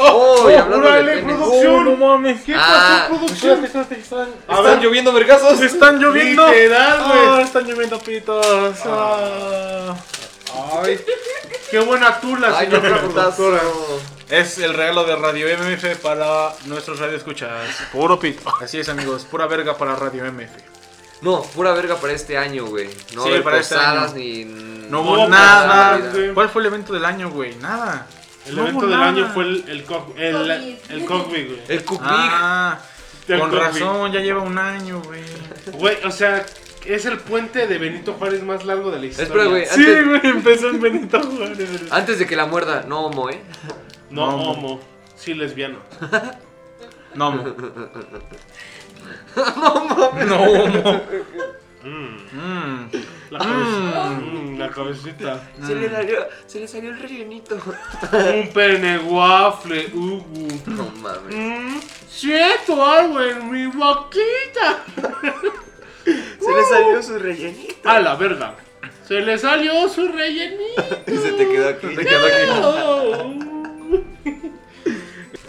[SPEAKER 2] ¡Oh! y
[SPEAKER 4] oh,
[SPEAKER 2] hablando de
[SPEAKER 4] órale,
[SPEAKER 2] penes.
[SPEAKER 4] producto.
[SPEAKER 3] ¡Oh, no mames!
[SPEAKER 4] ¿Qué
[SPEAKER 2] Ah,
[SPEAKER 4] pasó, Pues producción?
[SPEAKER 3] Pues Están,
[SPEAKER 4] A ver,
[SPEAKER 2] lloviendo vergazos!
[SPEAKER 3] están lloviendo.
[SPEAKER 4] Literal, güey.
[SPEAKER 3] Ah, están lloviendo pitos. Ah.
[SPEAKER 4] Ay, qué buena tula,
[SPEAKER 2] ¡Ay, no,
[SPEAKER 4] señora
[SPEAKER 2] putazo.
[SPEAKER 4] productora.
[SPEAKER 3] Es el regalo de Radio MF para nuestros radioescuchas. Puro pito. Así es, amigos. Pura verga para Radio MF.
[SPEAKER 2] No, pura verga para este año, güey. No
[SPEAKER 3] Sí,
[SPEAKER 2] haber
[SPEAKER 3] para este
[SPEAKER 2] posadas
[SPEAKER 3] año.
[SPEAKER 2] ni...
[SPEAKER 3] No hubo
[SPEAKER 4] No,
[SPEAKER 3] nada.
[SPEAKER 4] nada, güey.
[SPEAKER 3] ¿Cuál fue el evento del año, güey? Nada.
[SPEAKER 4] El
[SPEAKER 3] No
[SPEAKER 4] evento
[SPEAKER 3] hubo
[SPEAKER 4] del
[SPEAKER 3] nada.
[SPEAKER 4] año fue el, el, cock- el,
[SPEAKER 5] Covid.
[SPEAKER 4] el cockpit, güey.
[SPEAKER 2] El Cook
[SPEAKER 3] Ah,
[SPEAKER 4] El
[SPEAKER 3] con
[SPEAKER 4] cockpit.
[SPEAKER 3] razón, ya lleva un año, güey.
[SPEAKER 4] Güey, o sea, es el puente de Benito Juárez más largo de la historia.
[SPEAKER 2] Espera, güey.
[SPEAKER 3] Sí,
[SPEAKER 2] Antes,
[SPEAKER 3] güey, empezó en Benito Juárez.
[SPEAKER 2] antes de que la muerda. No, homo, ¿eh?
[SPEAKER 4] No,
[SPEAKER 3] No, mo.
[SPEAKER 4] homo. Sí, lesbiano.
[SPEAKER 3] No, mo. no, mo.
[SPEAKER 4] Mm,
[SPEAKER 3] Mm.
[SPEAKER 4] la, cabecita. Mm, la cabecita.
[SPEAKER 2] Se, le salió, se le salió el rellenito.
[SPEAKER 4] Un pene waffle. Uh, uh.
[SPEAKER 2] No mames.
[SPEAKER 4] Mm, siento algo en mi boquita.
[SPEAKER 2] Se le salió su rellenito.
[SPEAKER 4] A la verga. Se le salió su rellenito.
[SPEAKER 2] Y se te quedó aquí.
[SPEAKER 3] Se quedó aquí.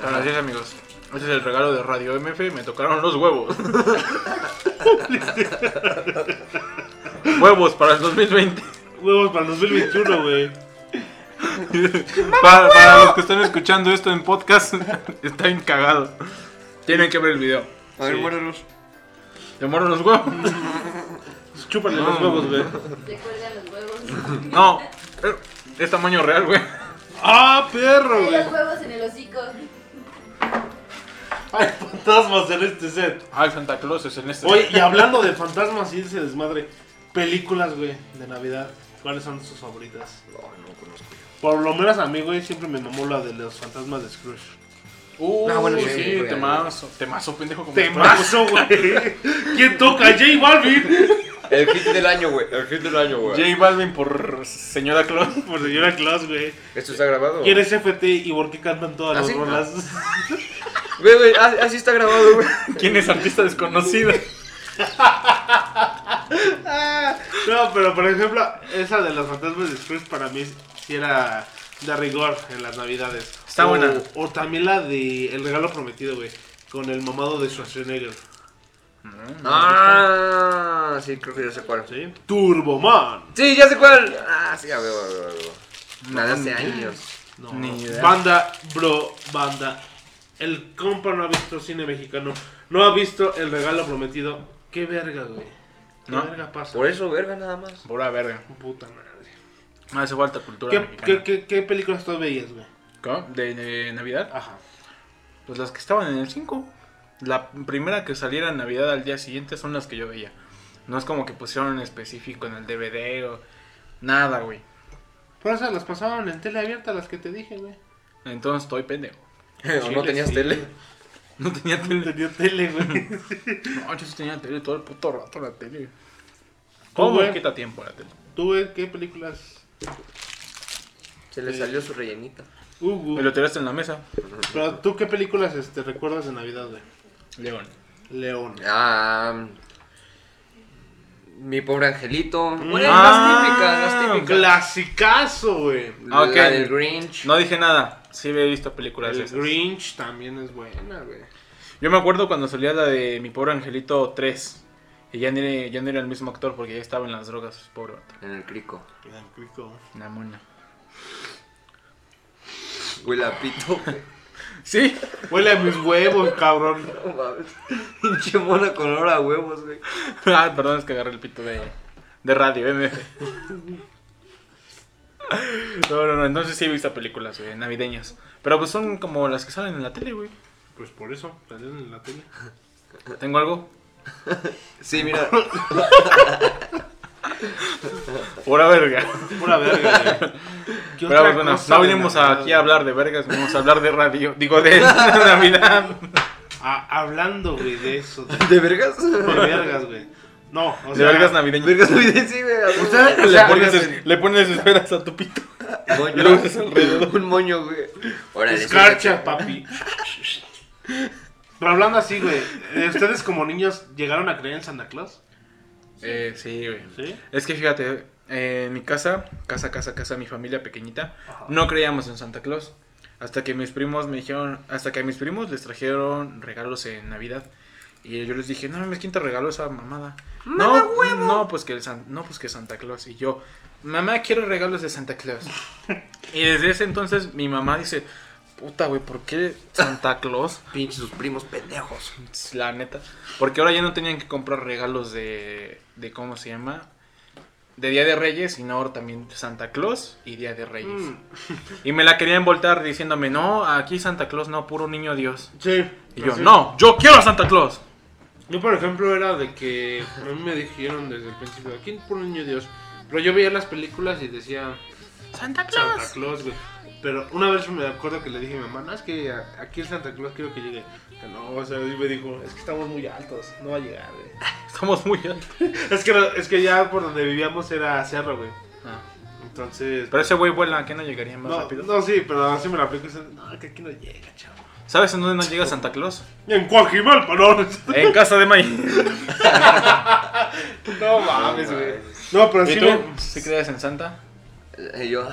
[SPEAKER 3] Bueno, así es, amigos. Ese es el regalo de Radio MF. Me tocaron los huevos. huevos para el 2020.
[SPEAKER 4] Huevos para el 2021, güey.
[SPEAKER 3] Para, para los que están escuchando esto en podcast, está encagado. Tienen que ver el video.
[SPEAKER 2] A ver,
[SPEAKER 4] Sí.
[SPEAKER 2] muérdalos.
[SPEAKER 3] ¿Te mueren los huevos?
[SPEAKER 4] Chúpale los huevos, güey.
[SPEAKER 5] Te cuelgan los huevos.
[SPEAKER 3] No, es tamaño real, güey.
[SPEAKER 4] ¡Ah, perro,
[SPEAKER 5] Hay
[SPEAKER 4] güey!
[SPEAKER 5] los huevos en el hocico.
[SPEAKER 4] Hay fantasmas en este set.
[SPEAKER 3] Ay, Ah, Santa Claus es en este.
[SPEAKER 4] Oye, y hablando de fantasmas y ese desmadre, películas, güey, de Navidad, ¿cuáles son sus favoritas? No, no conozco. Por lo menos a mí, güey, siempre me mamó la de los fantasmas de Scrooge.
[SPEAKER 3] Uh,
[SPEAKER 2] Ah, bueno,
[SPEAKER 3] sí,
[SPEAKER 2] sí, güey.
[SPEAKER 3] temazo. Temazo, pendejo. Como
[SPEAKER 4] ¡Temazo, güey! pues, ¿Quién toca? ¿J Balvin?
[SPEAKER 2] El hit del año, güey. El hit del año,
[SPEAKER 3] J Balvin por señora Claus.
[SPEAKER 4] Por señora Claus, güey.
[SPEAKER 2] ¿Esto está grabado?
[SPEAKER 4] ¿Quién es FT y por qué cantan todas
[SPEAKER 2] ¿Ah,
[SPEAKER 4] las
[SPEAKER 2] sí?
[SPEAKER 4] rolas?
[SPEAKER 2] Güey, güey, ah, así está grabado, güey.
[SPEAKER 3] ¿Quién es artista desconocido?
[SPEAKER 4] No, pero por ejemplo, esa de los fantasmas de Scrooge para mí sí era de rigor en las navidades.
[SPEAKER 3] Está
[SPEAKER 4] o,
[SPEAKER 3] buena.
[SPEAKER 4] O también la de El regalo prometido, güey. Con el mamado de Schwarzenegger.
[SPEAKER 2] Ah, sí, creo que ya sé cuál.
[SPEAKER 4] ¿Sí? Turboman.
[SPEAKER 2] Sí, ya sé cuál. Ah, sí, a huevo, a huevo, a huevo. Nada hace años.
[SPEAKER 4] No.
[SPEAKER 3] Ni idea.
[SPEAKER 4] Banda, bro, banda. El compa no ha visto cine mexicano. No ha visto El regalo prometido. Qué verga, güey. Qué
[SPEAKER 3] No.
[SPEAKER 4] verga pasa.
[SPEAKER 2] Por eso, verga, nada más.
[SPEAKER 3] Pura verga.
[SPEAKER 4] Puta madre.
[SPEAKER 3] Me hace falta cultura
[SPEAKER 4] ¿Qué,
[SPEAKER 3] mexicana.
[SPEAKER 4] qué, qué, qué películas tú veías, güey?
[SPEAKER 3] ¿Cómo? ¿De, de Navidad?
[SPEAKER 4] Ajá.
[SPEAKER 3] Pues las que estaban en el 5. La primera que saliera en Navidad al día siguiente son las que yo veía. No es como que pusieron en específico en el DVD o nada, güey.
[SPEAKER 4] Por eso las pasaban en tele abierta, las que te dije, güey.
[SPEAKER 3] Entonces estoy pendejo.
[SPEAKER 2] ¿O no
[SPEAKER 4] Chile,
[SPEAKER 2] tenías
[SPEAKER 4] sí.
[SPEAKER 2] tele?
[SPEAKER 3] No tenía tele.
[SPEAKER 4] Tenía tele, güey.
[SPEAKER 3] No, yo sí tenía tele todo el puto rato la tele.
[SPEAKER 4] ¿Cómo,
[SPEAKER 3] ¿Cómo
[SPEAKER 4] güey?
[SPEAKER 3] me quita tiempo la tele?
[SPEAKER 4] ¿Tú, güey, qué películas?
[SPEAKER 2] Se le salió su rellenita.
[SPEAKER 4] Uh,
[SPEAKER 3] Me
[SPEAKER 4] Pero,
[SPEAKER 3] lo tiraste en la mesa,
[SPEAKER 4] tú, ¿qué películas este, recuerdas de Navidad, güey?
[SPEAKER 3] León.
[SPEAKER 4] León.
[SPEAKER 2] Ah, mi pobre angelito. Bueno,
[SPEAKER 3] Ah,
[SPEAKER 2] las típicas, las típicas.
[SPEAKER 4] Clasicazo, güey.
[SPEAKER 2] La
[SPEAKER 3] Ok.
[SPEAKER 2] del Grinch.
[SPEAKER 3] No dije nada. Sí había visto películas de
[SPEAKER 4] El
[SPEAKER 3] esas.
[SPEAKER 4] Grinch también es buena, güey.
[SPEAKER 3] Yo me acuerdo cuando salía la de Mi Pobre Angelito 3. Y ya no era, ya no era el mismo actor porque ya estaba en las drogas, pobre vato.
[SPEAKER 2] En el crico.
[SPEAKER 4] El cuico.
[SPEAKER 3] La mona.
[SPEAKER 2] Huele a pito, güey.
[SPEAKER 3] Sí.
[SPEAKER 4] Huele a mis huevos, cabrón.
[SPEAKER 2] No mames. Pinche mona con olor a huevos, güey.
[SPEAKER 3] Ah, perdón, es que agarré el pito de, de radio, eh, MF. No, no, no, entonces sí he visto películas güey, navideñas. Pero pues son como las que salen en la tele, güey.
[SPEAKER 4] Pues por eso, salieron en la tele.
[SPEAKER 3] ¿Tengo algo?
[SPEAKER 2] Sí, mira.
[SPEAKER 3] Pura verga.
[SPEAKER 4] Pura verga, güey. ¿Qué
[SPEAKER 3] Pero
[SPEAKER 4] otra
[SPEAKER 3] pues, bueno,
[SPEAKER 4] cosa
[SPEAKER 3] no
[SPEAKER 4] de
[SPEAKER 3] venimos
[SPEAKER 4] Navidad,
[SPEAKER 3] aquí a hablar de vergas, venimos a hablar de radio. Digo, de Navidad.
[SPEAKER 4] Ah, hablando, güey, de eso. De,
[SPEAKER 2] ¿De vergas?
[SPEAKER 4] de vergas, güey. No, o
[SPEAKER 3] De
[SPEAKER 4] sea.
[SPEAKER 3] vergas navideñas.
[SPEAKER 2] Vergas, güey, sí, güey. a huevo.
[SPEAKER 4] Usted-
[SPEAKER 3] Le
[SPEAKER 4] sea,
[SPEAKER 3] pones,
[SPEAKER 4] vergas
[SPEAKER 3] es- le pones esferas a tu pito.
[SPEAKER 2] Moño.
[SPEAKER 3] Lo usas alrededor.
[SPEAKER 2] Un moño, güey. Órale, sí,
[SPEAKER 4] Escarcha, papi. Pero hablando así, güey. eh, ¿Ustedes como niños llegaron a creer en Santa Claus?
[SPEAKER 3] Eh, sí, güey.
[SPEAKER 4] ¿Sí?
[SPEAKER 3] Es que fíjate, eh, en mi casa, casa, casa, casa, mi familia pequeñita,
[SPEAKER 4] Ajá.
[SPEAKER 3] no creíamos en Santa Claus. Hasta que mis primos me dijeron, hasta que a mis primos les trajeron regalos en Navidad. Y yo les dije, no mames, ¿quién te regaló esa mamada? no, no, pues que el San- no, pues que Santa Claus. Y yo, mamá, quiero regalos de Santa Claus. y desde ese entonces mi mamá dice, puta, güey, ¿por qué Santa Claus?
[SPEAKER 2] Pinche sus primos pendejos.
[SPEAKER 3] La neta. Porque ahora ya no tenían que comprar regalos de, de ¿cómo se llama? De Día de Reyes, sino ahora también Santa Claus y Día de Reyes.
[SPEAKER 4] Mm,
[SPEAKER 3] Y me la querían voltar diciéndome, no, aquí Santa Claus no, puro niño Dios.
[SPEAKER 4] Pues sí.
[SPEAKER 3] Y yo,
[SPEAKER 4] Así.
[SPEAKER 3] no, yo quiero a Santa Claus.
[SPEAKER 4] Yo, por ejemplo, era de que a mí me dijeron desde el principio, ¿quién por niño Dios? Pero yo veía las películas y decía
[SPEAKER 3] Santa
[SPEAKER 4] Santa Claus, güey. Pero una vez me acuerdo que le dije a mi mamá, no, es que a- aquí el Santa Claus quiero que llegue. Que no, o sea, y me dijo, es que estamos muy altos, no va a llegar, güey.
[SPEAKER 3] Estamos muy altos.
[SPEAKER 4] Es que, no- es que ya por donde vivíamos era cerro, güey.
[SPEAKER 3] Ah,
[SPEAKER 4] Entonces...
[SPEAKER 3] Pero ese güey vuela, ¿qué no llegaría más
[SPEAKER 4] no,
[SPEAKER 3] rápido?
[SPEAKER 4] no, sí, pero así me la aplico. y dice, No, que aquí no llega, chavo.
[SPEAKER 3] ¿Sabes en dónde no llega Santa Claus?
[SPEAKER 4] En Coajimalpa, no.
[SPEAKER 3] En casa de May.
[SPEAKER 4] No mames, güey. No, pero
[SPEAKER 3] ¿Y
[SPEAKER 4] sí
[SPEAKER 3] tú?
[SPEAKER 4] me...
[SPEAKER 3] ¿Sí crees en Santa?
[SPEAKER 2] Eh, Yo.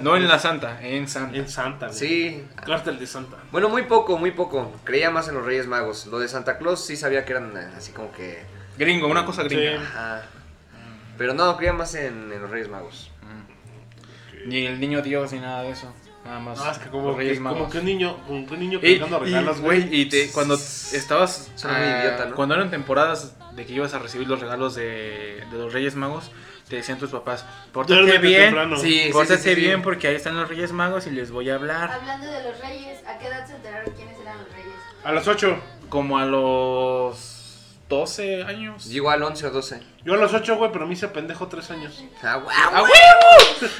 [SPEAKER 3] No en la Santa, en Santa.
[SPEAKER 4] En Santa, güey.
[SPEAKER 2] Sí.
[SPEAKER 4] Cártel de Santa.
[SPEAKER 2] Bueno, muy poco, muy poco. Creía más en los Reyes Magos. Lo de Santa Claus sí sabía que eran eh, así como que.
[SPEAKER 3] Gringo, una cosa gringa.
[SPEAKER 4] Sí.
[SPEAKER 2] Ajá. Pero no, creía más en, en los Reyes Magos.
[SPEAKER 3] Ni el niño Dios ni nada de eso. Nada más.
[SPEAKER 4] No, Ah, es que como,
[SPEAKER 3] los Reyes
[SPEAKER 4] que,
[SPEAKER 3] Magos.
[SPEAKER 4] como que un niño, como que un niño
[SPEAKER 3] Y,
[SPEAKER 4] cargando
[SPEAKER 3] y,
[SPEAKER 4] regalos,
[SPEAKER 3] güey,
[SPEAKER 4] güey.
[SPEAKER 3] y te- cuando estabas.
[SPEAKER 2] Soy un
[SPEAKER 3] ah,
[SPEAKER 2] idiota, ¿no?
[SPEAKER 3] Cuando eran temporadas de que ibas a recibir los regalos de, de los Reyes Magos, te decían tus papás: Pórtate
[SPEAKER 4] Duérmete
[SPEAKER 3] bien,
[SPEAKER 4] temprano.
[SPEAKER 2] Sí, sí,
[SPEAKER 3] pórtate
[SPEAKER 2] sí, sí, sí.
[SPEAKER 3] bien porque ahí están los Reyes Magos y les voy a hablar.
[SPEAKER 5] Hablando de los reyes, ¿a qué edad se enteraron quiénes eran los reyes?
[SPEAKER 4] A las 8.
[SPEAKER 3] Como a los 12 años.
[SPEAKER 2] Llegó al 11 o 12.
[SPEAKER 4] Yo a las 8, güey, pero me hice pendejo 3 años.
[SPEAKER 2] ¡Ah, guau!
[SPEAKER 3] ¡A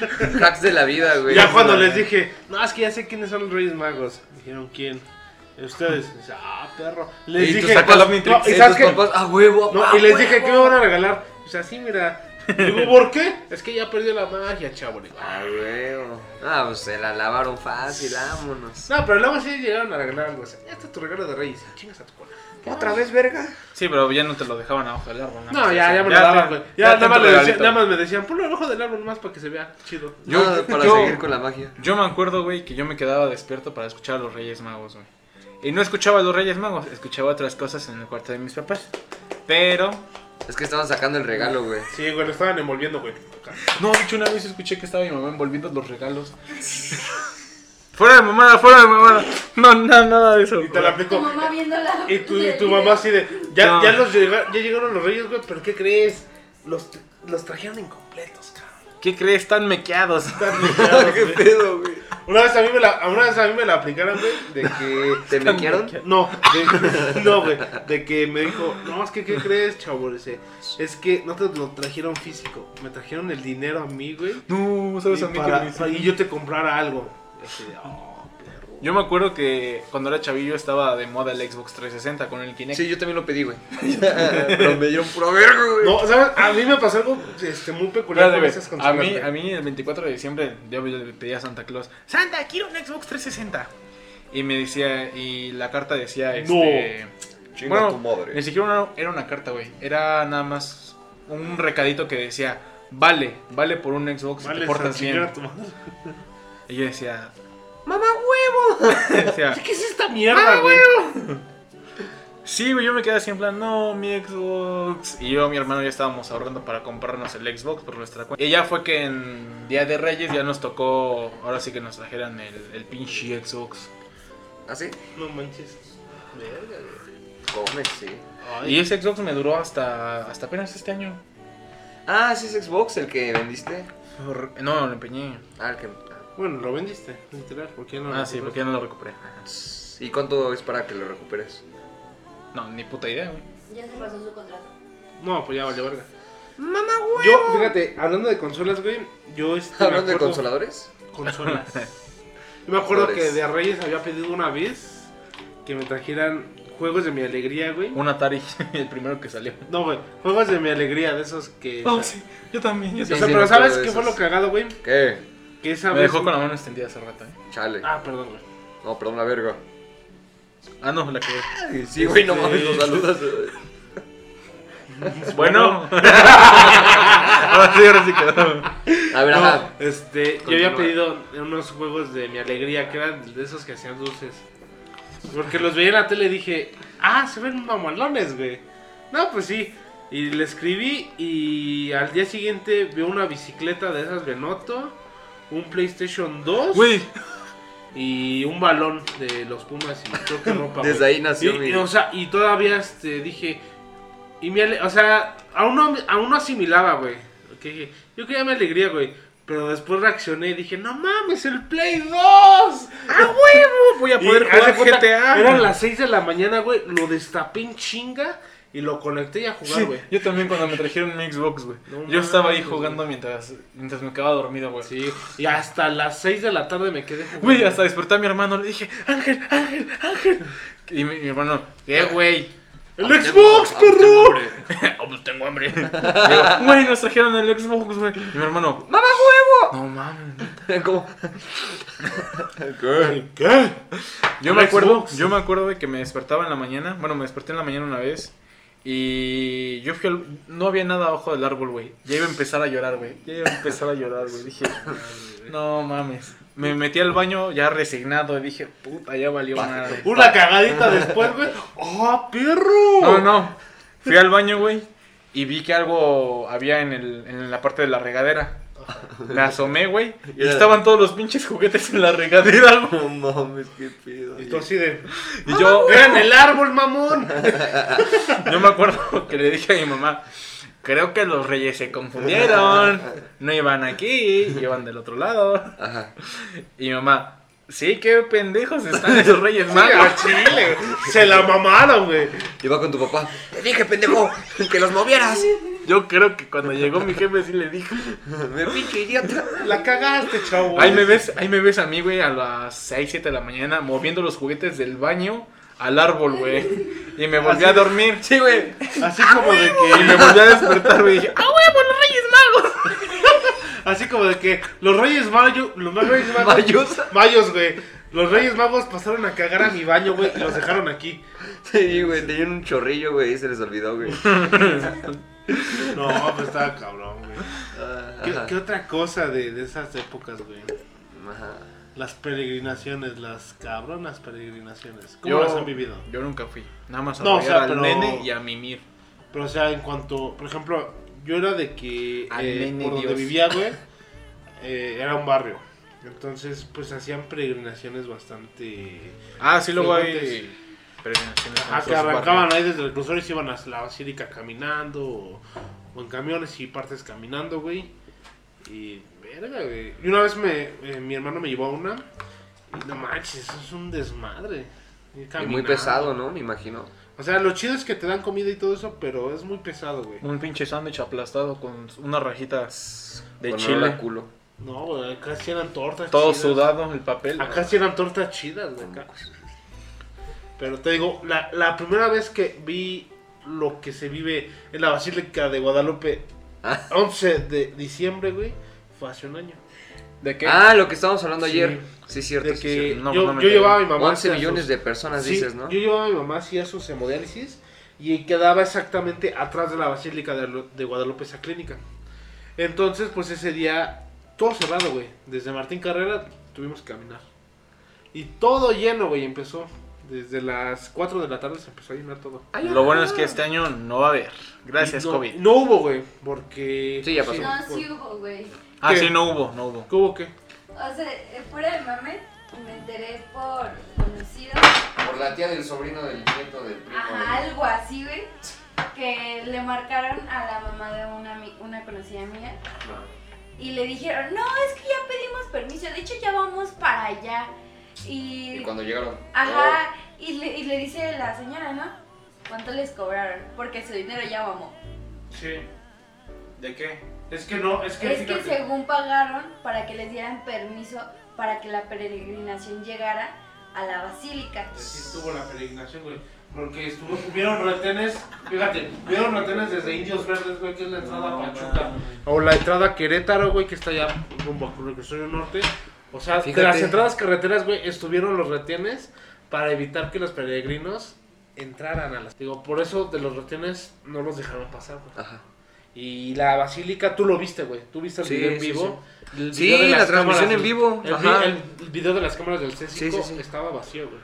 [SPEAKER 2] Hacks de la vida, güey.
[SPEAKER 4] ya cuando les dije, no, es que ya sé quiénes son los Reyes Magos. Dijeron, ¿quién? Ustedes. Dice, ah, perro. Les
[SPEAKER 3] Y tú
[SPEAKER 4] dije,
[SPEAKER 3] sacas la
[SPEAKER 4] no,
[SPEAKER 3] Omnitrix,
[SPEAKER 4] ¿y
[SPEAKER 2] ¿Y
[SPEAKER 4] sabes qué?
[SPEAKER 2] papás, ¡A huevo!
[SPEAKER 4] No,
[SPEAKER 2] ¡Ah,
[SPEAKER 4] y les dije,
[SPEAKER 2] huevo!
[SPEAKER 4] ¿qué me van a regalar? Pues así, mira. Digo, ¿por qué? Es que ya perdió la magia, chavo. Digo,
[SPEAKER 2] ¡A Ah, huevo! Ah, pues se la lavaron fácil, vámonos.
[SPEAKER 4] No, pero luego sí llegaron a regalar algo. O sea, ya está tu regalo de Reyes. Chingas a tu cola.
[SPEAKER 2] ¿Otra vez, verga?
[SPEAKER 3] Sí, pero ya no te lo dejaban abajo del árbol. nada
[SPEAKER 4] No,
[SPEAKER 3] más
[SPEAKER 4] ya,
[SPEAKER 3] así.
[SPEAKER 4] ya me lo daban,
[SPEAKER 3] te-
[SPEAKER 4] güey.
[SPEAKER 3] ya
[SPEAKER 4] Ya,
[SPEAKER 3] te
[SPEAKER 4] nada, más
[SPEAKER 3] tu
[SPEAKER 4] le decía-
[SPEAKER 3] regalito.
[SPEAKER 4] nada más me decían, ponlo debajo del árbol más para que se vea chido.
[SPEAKER 2] Yo,
[SPEAKER 3] Yo-
[SPEAKER 2] para
[SPEAKER 3] yo-
[SPEAKER 2] seguir con la magia.
[SPEAKER 3] Yo me acuerdo, güey, que yo me quedaba despierto para escuchar a los Reyes Magos, güey. Y no escuchaba a los Reyes Magos, escuchaba otras cosas en el cuarto de mis papás. Pero...
[SPEAKER 2] Es que estaban sacando el regalo, güey.
[SPEAKER 4] Sí, güey, lo estaban envolviendo, güey.
[SPEAKER 3] No, de hecho, una vez escuché que estaba mi mamá envolviendo los regalos. fuera de mamada, fuera de mamada. No, no, nada de eso.
[SPEAKER 4] Y te la
[SPEAKER 5] Tu
[SPEAKER 4] aplicó.
[SPEAKER 5] mamá viendo la.
[SPEAKER 4] Y tu, y
[SPEAKER 5] el
[SPEAKER 4] tu
[SPEAKER 5] video.
[SPEAKER 4] mamá así de. Ya,
[SPEAKER 3] No.
[SPEAKER 4] ya, los llega- ya llegaron los reyes, güey, pero ¿qué crees? Los, los trajeron incompletos, cabrón.
[SPEAKER 3] ¿Qué crees? Están mequeados.
[SPEAKER 4] Están liquidados,
[SPEAKER 2] ¿Qué
[SPEAKER 4] güey.
[SPEAKER 2] pedo, güey?
[SPEAKER 4] Una vez a mí me la, una vez a mí me la aplicaron, güey, de que.
[SPEAKER 2] ¿Te mequearon?
[SPEAKER 4] No, de, no, güey. De que me dijo, no, es que, ¿qué crees, chavo? Dice, es que no te lo trajeron físico. Me trajeron el dinero a mí, güey.
[SPEAKER 3] No,
[SPEAKER 4] Y,
[SPEAKER 3] ¿sabes a mí qué
[SPEAKER 4] para-
[SPEAKER 3] me hizo?
[SPEAKER 4] y yo te comprara algo. Y así de, "Oh, perro".
[SPEAKER 3] Yo me acuerdo que cuando era chavillo estaba de moda el Xbox 360 con el Kinect.
[SPEAKER 2] Sí, yo también lo pedí, güey. Pero me dieron puro verga, güey.
[SPEAKER 4] No, ¿sabes? A mí me pasó algo este, muy peculiar
[SPEAKER 3] Espérate,
[SPEAKER 4] con
[SPEAKER 3] güey.
[SPEAKER 4] esas
[SPEAKER 3] a
[SPEAKER 4] consolas.
[SPEAKER 3] mí,
[SPEAKER 4] güey.
[SPEAKER 3] a mí el 24 de diciembre yo le pedí a Santa Claus, Santa, quiero un Xbox 360. Y me decía, y la carta decía,
[SPEAKER 4] No.
[SPEAKER 3] este,
[SPEAKER 6] Chinga tu madre.
[SPEAKER 3] Ni siquiera una- era una carta, güey. Era nada más un recadito que decía, vale, vale por un Xbox si
[SPEAKER 4] Vale,
[SPEAKER 3] te
[SPEAKER 4] esa
[SPEAKER 3] portas bien.
[SPEAKER 4] chingada tu madre.
[SPEAKER 3] Y yo decía,
[SPEAKER 2] ¡Mamá huevo!
[SPEAKER 3] decía,
[SPEAKER 4] ¿Qué es esta mierda, güey?
[SPEAKER 3] sí, güey, yo me quedé así en plan, no, mi Xbox. Y yo, mi hermano, ya estábamos ahorrando para comprarnos el Xbox por nuestra cuenta. Y ya fue que en Día de Reyes ya nos tocó, ahora sí que nos trajeran el, el pinche Xbox.
[SPEAKER 2] ¿Así?
[SPEAKER 4] No manches.
[SPEAKER 2] Come, sí.
[SPEAKER 4] Ay,
[SPEAKER 3] Y ese Xbox me duró hasta, hasta apenas este año.
[SPEAKER 2] Ah, sí es Xbox el que vendiste.
[SPEAKER 3] No, lo empeñé.
[SPEAKER 2] Ah, el que...
[SPEAKER 4] Bueno, lo vendiste, literal. ¿Por qué no?
[SPEAKER 3] Ah, sí, porque ya no lo recuperé.
[SPEAKER 2] ah, ¿Y cuánto es para que lo recuperes?
[SPEAKER 3] No, ni puta idea, güey.
[SPEAKER 5] Ya se pasó su contrato.
[SPEAKER 4] No, pues ya valió verga. Mamá, güey. Yo, fíjate, hablando de consolas, güey, yo este, me
[SPEAKER 2] ¿Hablando de
[SPEAKER 4] acuerdo-
[SPEAKER 2] consoladores?
[SPEAKER 4] Consolas. Yo me acuerdo que
[SPEAKER 2] Flores.
[SPEAKER 4] de Reyes había pedido una vez que me trajeran juegos de mi alegría, güey.
[SPEAKER 3] Un Atari, el primero que salió.
[SPEAKER 4] No, güey, juegos de mi alegría, de esos que.
[SPEAKER 3] Oh, sí, yo también.
[SPEAKER 4] O
[SPEAKER 3] Yo
[SPEAKER 2] Sí,
[SPEAKER 4] sea,
[SPEAKER 2] sí,
[SPEAKER 4] pero
[SPEAKER 2] me
[SPEAKER 4] ¿sabes
[SPEAKER 2] acuerdo de
[SPEAKER 4] qué fue
[SPEAKER 2] esos.
[SPEAKER 4] lo cagado, güey?
[SPEAKER 2] ¿Qué?
[SPEAKER 4] Que esa
[SPEAKER 3] Me
[SPEAKER 4] vez-
[SPEAKER 3] dejó con la mano extendida hace rato, eh.
[SPEAKER 2] Chale.
[SPEAKER 4] Ah, perdón, güey.
[SPEAKER 2] No, perdón, la verga.
[SPEAKER 3] Ah, no, la que.
[SPEAKER 2] Sí, güey,
[SPEAKER 4] Este,
[SPEAKER 2] no mames, nos saludas.
[SPEAKER 3] Bueno. ahora sí, ahora sí quedó.
[SPEAKER 2] A ver, ajá.
[SPEAKER 4] Este, yo
[SPEAKER 2] Continúa.
[SPEAKER 4] había pedido unos juegos de mi alegría que eran de esos que hacían dulces. Porque los veía en la tele y dije, ah, se ven mamalones, güey. No, pues sí. Y le escribí y al día siguiente veo una bicicleta de esas Benoto, un PlayStation 2
[SPEAKER 3] Güey,
[SPEAKER 4] y un balón de los Pumas y creo que ropa.
[SPEAKER 2] Desde
[SPEAKER 4] güey.
[SPEAKER 2] ahí nació
[SPEAKER 4] y,
[SPEAKER 2] mi-
[SPEAKER 4] y, o sea, y todavía este, dije, y mi ale- o sea, aún no, aún no asimilaba, güey. que dije, Yo quería mi alegría, güey. Pero después reaccioné y dije, no mames, el Play 2. ¡A huevo!
[SPEAKER 3] voy a poder
[SPEAKER 4] haz de
[SPEAKER 3] jugar
[SPEAKER 4] cuenta,
[SPEAKER 3] GTA.
[SPEAKER 4] Eran las 6 de la mañana, güey. Lo destapé en chinga y lo conecté y a jugar,
[SPEAKER 3] sí,
[SPEAKER 4] güey.
[SPEAKER 3] yo también cuando me trajeron mi Xbox, güey.
[SPEAKER 4] No
[SPEAKER 3] yo estaba ahí
[SPEAKER 4] mames,
[SPEAKER 3] jugando mientras, mientras me quedaba dormido, güey.
[SPEAKER 4] Sí, y hasta las 6 de la tarde me quedé jugando.
[SPEAKER 3] Güey, hasta desperté a mi hermano, le dije, Ángel, Ángel, Ángel. Y mi, mi hermano, ¿qué, güey?
[SPEAKER 4] ¡El Xbox, perro!
[SPEAKER 3] Oh, pues tengo hambre. Digo, Güey, nos trajeron el Xbox, güey. Y mi hermano,
[SPEAKER 2] ¡Mamá huevo!
[SPEAKER 3] no mames.
[SPEAKER 2] ¿Cómo? ¿Qué?
[SPEAKER 4] ¿Qué?
[SPEAKER 3] Yo me
[SPEAKER 4] El
[SPEAKER 3] acuerdo,
[SPEAKER 4] Xbox.
[SPEAKER 3] yo me acuerdo de que me despertaba en la mañana, bueno, me desperté en la mañana una vez y yo fui al, no había nada abajo del árbol, güey. Ya iba a empezar a llorar, güey. Ya iba a empezar a llorar, güey. Dije, no mames. Me metí al baño ya resignado y dije, puta, ya valió madre.
[SPEAKER 4] Una cagadita después, güey. ¡Oh, perro!
[SPEAKER 3] No, no. Fui al baño, güey, y vi que algo había en el en la parte de la regadera. Me asomé, güey, y
[SPEAKER 2] Ya.
[SPEAKER 3] estaban todos los pinches juguetes en la regadera, güey.
[SPEAKER 2] No mames, qué pido.
[SPEAKER 4] Y tú así de.
[SPEAKER 3] Y yo,
[SPEAKER 4] ¡Vean el árbol, mamón!
[SPEAKER 3] Yo me acuerdo que le dije a mi mamá, creo que los reyes se confundieron, no iban aquí, iban del otro lado.
[SPEAKER 2] Ajá.
[SPEAKER 3] Y mi mamá, sí, qué pendejos están esos reyes
[SPEAKER 4] ¡A
[SPEAKER 3] magos.
[SPEAKER 4] Chile! Se la mamaron, güey.
[SPEAKER 2] Iba con tu papá. Te dije, pendejo, que los movieras.
[SPEAKER 3] Yo creo que cuando llegó mi jefe sí le dije,
[SPEAKER 2] Me pinche idiota.
[SPEAKER 4] La cagaste, chavo.
[SPEAKER 3] ahí me ves, ahí me ves a mí, güey, a las 6, 7 de la mañana moviendo los juguetes del baño al árbol, güey. Y me volví a dormir. Sí, güey.
[SPEAKER 4] Así como de
[SPEAKER 3] Y me
[SPEAKER 4] que.
[SPEAKER 3] volví a despertar, güey. y dije, ¡ah,
[SPEAKER 4] Así como de que. Los Reyes Mayo. Los Reyes Magos.
[SPEAKER 2] ¿Mayos?
[SPEAKER 4] Mayos, güey. Los Reyes Magos pasaron a cagar a mi baño, güey. Y los dejaron aquí.
[SPEAKER 2] Sí, güey, tenían un chorrillo, güey, y se les olvidó, güey.
[SPEAKER 4] No, pues estaba cabrón, güey. ¿Qué,
[SPEAKER 2] Ah, Ajá.
[SPEAKER 4] qué otra cosa de, de esas épocas, güey?
[SPEAKER 2] Ajá.
[SPEAKER 4] Las peregrinaciones, las cabronas peregrinaciones. ¿Cómo
[SPEAKER 3] Yo-
[SPEAKER 4] las han vivido?
[SPEAKER 3] Yo nunca fui. Nada más a
[SPEAKER 4] No, o
[SPEAKER 3] apoyar
[SPEAKER 4] sea,
[SPEAKER 3] al
[SPEAKER 4] pero-
[SPEAKER 3] nene y a mimir.
[SPEAKER 4] Pero, o sea, en cuanto, por ejemplo, yo era de que
[SPEAKER 3] Al
[SPEAKER 4] eh,
[SPEAKER 3] nene
[SPEAKER 4] por donde
[SPEAKER 3] Dios.
[SPEAKER 4] vivía, güey, eh, era un barrio. Entonces, pues hacían peregrinaciones bastante.
[SPEAKER 3] Ah, sí, luego
[SPEAKER 4] Frecuentes.
[SPEAKER 3] hay peregrinaciones. en
[SPEAKER 4] Ajá, Ah, que
[SPEAKER 3] esos
[SPEAKER 4] arrancaban
[SPEAKER 3] barrios.
[SPEAKER 4] ahí desde el crucero y se iban a la basílica caminando, o, o en camiones y partes caminando, güey. Y, verga, güey. Y una vez me, eh, mi hermano me llevó a una, y no manches, eso es un desmadre.
[SPEAKER 2] Y
[SPEAKER 4] Ir
[SPEAKER 2] muy
[SPEAKER 4] caminando.
[SPEAKER 2] pesado, ¿no? Me imagino.
[SPEAKER 4] O sea, lo chido es que te dan comida y todo eso, pero es muy pesado, güey.
[SPEAKER 3] Un pinche sándwich aplastado con una rajita de
[SPEAKER 2] Con olor
[SPEAKER 3] chile.
[SPEAKER 2] a culo.
[SPEAKER 4] No, güey, acá sí eran tortas.
[SPEAKER 3] Todo
[SPEAKER 4] chidas.
[SPEAKER 3] sudado, el papel.
[SPEAKER 4] Acá sí eran tortas chidas, güey. acá. Pero te digo, la, la primera vez que vi lo que se vive en la Basílica de Guadalupe,
[SPEAKER 2] Ah.
[SPEAKER 4] 11 de diciembre, güey, fue hace un año. ¿De qué?
[SPEAKER 2] Ah, lo que estábamos hablando
[SPEAKER 4] Sí.
[SPEAKER 2] ayer. Sí, cierto.
[SPEAKER 4] de
[SPEAKER 2] sí,
[SPEAKER 4] que
[SPEAKER 2] cierto.
[SPEAKER 3] No,
[SPEAKER 4] yo,
[SPEAKER 3] no me
[SPEAKER 4] yo
[SPEAKER 3] enteré.
[SPEAKER 4] llevaba a mi mamá.
[SPEAKER 2] 11
[SPEAKER 4] hacia
[SPEAKER 2] millones
[SPEAKER 4] sus-
[SPEAKER 2] de personas,
[SPEAKER 4] Sí,
[SPEAKER 2] dices, ¿no?
[SPEAKER 4] Yo llevaba a mi mamá hacía sus hemodiálisis y quedaba exactamente atrás de la Basílica de, Lo- de Guadalupe esa clínica. Entonces, pues ese día, todo cerrado, güey. Desde Martín Carrera tuvimos que caminar. Y todo lleno, güey, empezó. Desde las 4 de la tarde se empezó a llenar todo.
[SPEAKER 3] Lo bueno es que este año no va a haber. Gracias,
[SPEAKER 4] Y no,
[SPEAKER 3] COVID.
[SPEAKER 4] No hubo, güey, porque...
[SPEAKER 2] Sí, ya pasó.
[SPEAKER 5] No, sí hubo, güey.
[SPEAKER 3] Ah,
[SPEAKER 4] ¿Qué?
[SPEAKER 3] sí, no hubo, no hubo.
[SPEAKER 4] ¿Qué hubo qué?
[SPEAKER 5] O sea, eh, fuera de mame, me enteré por conocido,
[SPEAKER 2] Por la tía del sobrino del nieto del primo.
[SPEAKER 5] ajá, algo así, güey, que le marcaron a la mamá de una, ami- una conocida mía y le dijeron, no, es que ya pedimos permiso, de hecho ya vamos para allá.
[SPEAKER 2] Y
[SPEAKER 5] Y,
[SPEAKER 2] cuando llegaron.
[SPEAKER 5] ajá, y le, y le dice la señora, ¿no? ¿Cuánto les cobraron? Porque su dinero ya mamó.
[SPEAKER 4] Sí. ¿De qué? Es que no, es
[SPEAKER 5] Es que según pagaron para que les dieran permiso para que la peregrinación llegara a la basílica.
[SPEAKER 4] Sí estuvo la peregrinación, güey. Porque estuvo, hubieron retenes, fíjate, hubieron retenes desde Indios Verdes, güey, que es la entrada a Pachuca. O la entrada a Querétaro, güey, que está allá rumbo a Reclusorio Norte. O sea,
[SPEAKER 2] Fíjate.
[SPEAKER 4] de las entradas carreteras, güey, estuvieron los retenes para evitar que los peregrinos entraran a las... Digo, por eso de los retenes no los dejaron pasar, güey.
[SPEAKER 2] Oh. Ajá.
[SPEAKER 4] Y la basílica, tú lo viste, güey. Tú viste el
[SPEAKER 2] Sí,
[SPEAKER 4] video en
[SPEAKER 2] sí,
[SPEAKER 4] vivo. El
[SPEAKER 2] Sí,
[SPEAKER 4] video de
[SPEAKER 2] la
[SPEAKER 4] las
[SPEAKER 2] transmisión
[SPEAKER 4] cámaras,
[SPEAKER 2] en vivo,
[SPEAKER 4] El, vi-
[SPEAKER 2] ajá.
[SPEAKER 4] el- el video de las cámaras del C5
[SPEAKER 2] Sí, sí, sí.
[SPEAKER 4] estaba vacío, güey.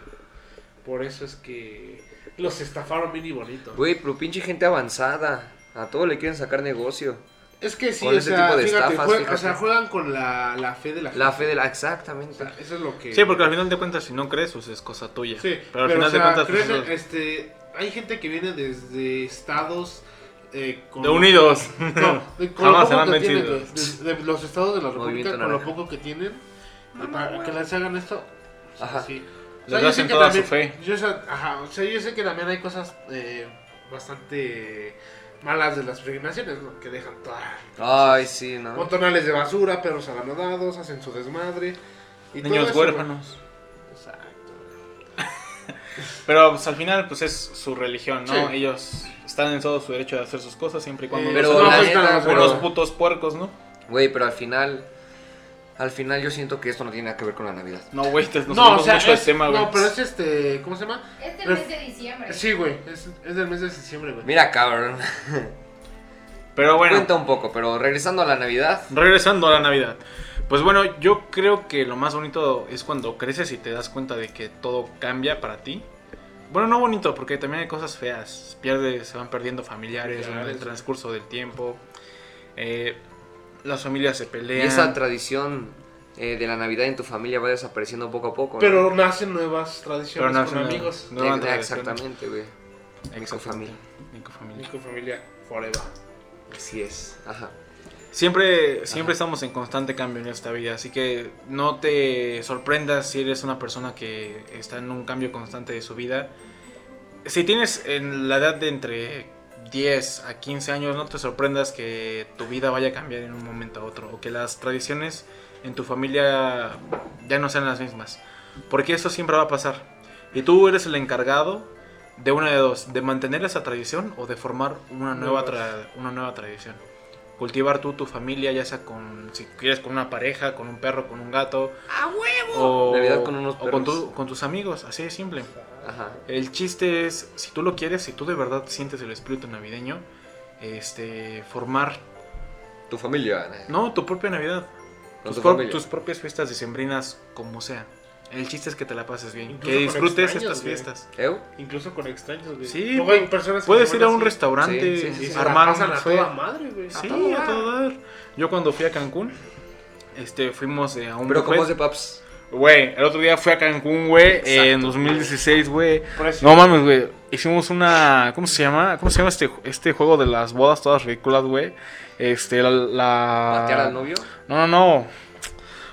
[SPEAKER 4] Por eso es que los estafaron mini bonito.
[SPEAKER 2] Güey, pero pinche gente avanzada. A todo le quieren sacar negocio.
[SPEAKER 4] es que sí,
[SPEAKER 2] con
[SPEAKER 4] o
[SPEAKER 2] ese
[SPEAKER 4] sea,
[SPEAKER 2] tipo de
[SPEAKER 4] fíjate,
[SPEAKER 2] estafas,
[SPEAKER 4] jue-
[SPEAKER 2] fíjate.
[SPEAKER 4] o sea, juegan con la, la fe de la,
[SPEAKER 2] La
[SPEAKER 4] gente.
[SPEAKER 2] fe de la.
[SPEAKER 4] O
[SPEAKER 2] Exactamente.
[SPEAKER 4] sea, eso es lo que...
[SPEAKER 3] Sí, porque al final de cuentas, si no crees, pues es cosa tuya.
[SPEAKER 4] Sí,
[SPEAKER 3] pero al final
[SPEAKER 4] o sea,
[SPEAKER 3] de cuentas, pues,
[SPEAKER 4] creo
[SPEAKER 3] los-
[SPEAKER 4] que, este, hay gente que viene desde estados... eh, con-
[SPEAKER 3] de unidos.
[SPEAKER 4] No, de- con
[SPEAKER 3] Jamás
[SPEAKER 4] lo
[SPEAKER 3] serán
[SPEAKER 4] poco que tienen,
[SPEAKER 3] vencidos.
[SPEAKER 4] güey, de- de los estados de la
[SPEAKER 2] Movimiento
[SPEAKER 4] República, con lo
[SPEAKER 2] naranja.
[SPEAKER 4] poco que tienen, y para que les hagan esto, o sea,
[SPEAKER 2] Ajá.
[SPEAKER 4] sí.
[SPEAKER 3] Les hacen toda su fe.
[SPEAKER 4] Yo, sé- ajá, o sea, yo sé que también hay cosas eh, bastante malas de las peregrinaciones, ¿no? que dejan todas
[SPEAKER 2] Ay, sí, ¿no?
[SPEAKER 4] montonales de basura, perros abandonados, hacen su desmadre. Y todo
[SPEAKER 3] Niños
[SPEAKER 4] eso,
[SPEAKER 3] huérfanos.
[SPEAKER 4] güey. Exacto.
[SPEAKER 3] Pero pues, al final, pues es su religión, ¿no?
[SPEAKER 4] Sí.
[SPEAKER 3] Ellos están en todo su derecho de hacer sus cosas siempre y cuando
[SPEAKER 4] Eh,
[SPEAKER 3] no
[SPEAKER 2] Pero
[SPEAKER 3] sean
[SPEAKER 4] no
[SPEAKER 2] la
[SPEAKER 4] afectan a
[SPEAKER 2] neta,
[SPEAKER 4] los
[SPEAKER 2] pero-
[SPEAKER 3] unos putos puercos, ¿no?
[SPEAKER 2] Güey, pero al final. Al final yo siento que esto no tiene nada que ver con la Navidad.
[SPEAKER 3] No, güey, te- nos
[SPEAKER 4] No, o
[SPEAKER 3] salimos
[SPEAKER 4] sea,
[SPEAKER 3] mucho del
[SPEAKER 4] es-
[SPEAKER 3] tema, güey.
[SPEAKER 4] no, pero es este, ¿cómo se llama?
[SPEAKER 5] Este
[SPEAKER 4] Pero-
[SPEAKER 5] mes de diciembre.
[SPEAKER 4] Sí, güey, es, es del mes de diciembre, güey.
[SPEAKER 2] Mira, cabrón.
[SPEAKER 3] Pero bueno,
[SPEAKER 2] Cuenta un poco, pero regresando a la Navidad.
[SPEAKER 3] regresando a la Navidad. Pues bueno, yo creo que lo más bonito es cuando creces y te das cuenta de que todo cambia para ti. Bueno, no bonito, porque también hay cosas feas. Pierdes, se van perdiendo familiares en el
[SPEAKER 4] Familiares.
[SPEAKER 3] transcurso del tiempo. Eh, las familias se
[SPEAKER 2] Y
[SPEAKER 3] pelean.
[SPEAKER 2] esa tradición eh, de la Navidad en tu familia va desapareciendo poco a poco. ¿no?
[SPEAKER 4] Pero nacen nuevas tradiciones
[SPEAKER 3] pero no,
[SPEAKER 4] con amigos.
[SPEAKER 2] Eh, Exactamente, güey.
[SPEAKER 3] Exactamente.
[SPEAKER 2] Microfamilia.
[SPEAKER 3] Microfamilia.
[SPEAKER 4] Microfamilia forever.
[SPEAKER 2] Así es. Ajá.
[SPEAKER 3] Siempre, siempre
[SPEAKER 2] Ajá.
[SPEAKER 3] estamos en constante cambio en esta vida, así que no te sorprendas si eres una persona que está en un cambio constante de su vida. Si tienes en la edad de entre 10 a 15 años, no te sorprendas que tu vida vaya a cambiar en un momento a otro o que las tradiciones en tu familia ya no sean las mismas, porque eso siempre va a pasar. Y tú eres el encargado de una de dos, de mantener esa tradición o de formar una nueva, tra- una nueva tradición cultivar tú tu familia, ya sea con, si quieres, con una pareja, con un perro, con un gato. ¡A huevo! O,
[SPEAKER 2] Navidad con unos
[SPEAKER 3] o
[SPEAKER 2] perros.
[SPEAKER 3] con, tu- con tus amigos, así de simple.
[SPEAKER 2] Ajá.
[SPEAKER 3] El chiste es, si tú lo quieres, si tú de verdad sientes el espíritu navideño, este, formar,
[SPEAKER 2] Tu familia.
[SPEAKER 3] no, tu propia Navidad,
[SPEAKER 2] Con
[SPEAKER 3] tus,
[SPEAKER 2] tu
[SPEAKER 3] pro-
[SPEAKER 2] familia.
[SPEAKER 3] tus propias fiestas decembrinas, como sea. El chiste es que te la pases bien,
[SPEAKER 4] Incluso
[SPEAKER 3] que
[SPEAKER 4] con
[SPEAKER 3] disfrutes
[SPEAKER 4] extraños,
[SPEAKER 3] estas
[SPEAKER 4] güey.
[SPEAKER 3] fiestas.
[SPEAKER 2] ¿Eu?
[SPEAKER 4] Incluso con extraños, güey.
[SPEAKER 3] Sí,
[SPEAKER 4] Luego hay personas que
[SPEAKER 3] Puedes
[SPEAKER 4] se
[SPEAKER 3] ir a un
[SPEAKER 4] así
[SPEAKER 3] restaurante,
[SPEAKER 2] Sí, sí, sí,
[SPEAKER 4] y
[SPEAKER 2] sí.
[SPEAKER 4] se la
[SPEAKER 3] armar
[SPEAKER 4] pasan
[SPEAKER 3] un
[SPEAKER 4] a
[SPEAKER 3] buffet.
[SPEAKER 4] toda madre, güey.
[SPEAKER 3] Sí,
[SPEAKER 4] A todo
[SPEAKER 3] a
[SPEAKER 4] dar.
[SPEAKER 3] todo dar. Yo cuando fui a Cancún, este, fuimos eh, a un
[SPEAKER 2] Pero
[SPEAKER 3] buffet.
[SPEAKER 2] como es de paps.
[SPEAKER 3] Güey, el otro día fui a Cancún, güey,
[SPEAKER 2] Exacto,
[SPEAKER 3] en 2016, güey.
[SPEAKER 4] Por eso.
[SPEAKER 3] No mames, güey. Hicimos una, ¿cómo se llama? ¿Cómo se llama este, este juego de las bodas todas ridículas, güey? Este, la, la-
[SPEAKER 2] ¿Patear al novio?
[SPEAKER 3] No, no, no.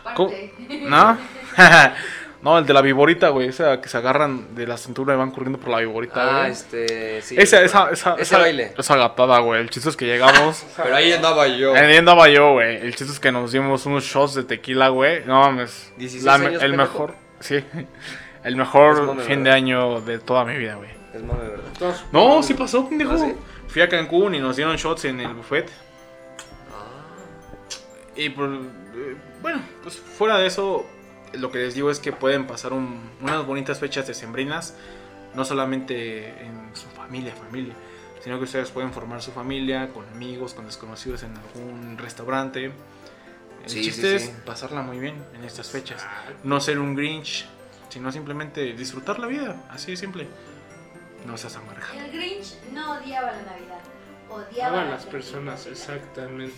[SPEAKER 5] Parte.
[SPEAKER 3] ¿No? no, el de la viborita, güey, esa que se agarran de la cintura y van corriendo por la viborita,
[SPEAKER 2] Ah,
[SPEAKER 3] güey.
[SPEAKER 2] este. Sí.
[SPEAKER 3] esa, esa, esa,
[SPEAKER 2] Ese
[SPEAKER 3] esa-
[SPEAKER 2] baile.
[SPEAKER 3] Esa gatada, güey. El chiste es que llegamos.
[SPEAKER 2] Pero ahí andaba yo.
[SPEAKER 4] Eh.
[SPEAKER 3] Ahí andaba yo, güey. El chiste es que nos dimos unos shots de tequila, güey. No mames.
[SPEAKER 2] 16
[SPEAKER 3] La-
[SPEAKER 2] años,
[SPEAKER 3] el
[SPEAKER 2] pendejo. Pues,
[SPEAKER 3] mejor, sí. El
[SPEAKER 2] Es
[SPEAKER 3] mejor
[SPEAKER 2] mame,
[SPEAKER 3] fin de
[SPEAKER 2] ¿verdad?
[SPEAKER 3] año de toda mi vida, güey.
[SPEAKER 2] Es mame, ¿verdad?
[SPEAKER 4] Entonces,
[SPEAKER 3] No, sí pasó, pendejo.
[SPEAKER 2] ¿Ah, sí?
[SPEAKER 3] Fui a Cancún y nos dieron shots en el buffet.
[SPEAKER 2] Ah.
[SPEAKER 3] Y por, eh, Bueno, pues fuera de eso, lo que les digo es que pueden pasar un- unas bonitas fechas decembrinas, no solamente en su familia, familia, sino que ustedes pueden formar su familia con amigos, con desconocidos en algún restaurante. El
[SPEAKER 2] Sí, sí,
[SPEAKER 3] chiste es
[SPEAKER 2] sí.
[SPEAKER 3] pasarla muy bien en estas fechas, no ser un Grinch, sino simplemente disfrutar la vida, así de simple. No seas amargado.
[SPEAKER 5] El Grinch no odiaba la Navidad, odiaba
[SPEAKER 4] Hagan
[SPEAKER 5] la
[SPEAKER 4] las personas,
[SPEAKER 5] Navidad.
[SPEAKER 4] exactamente.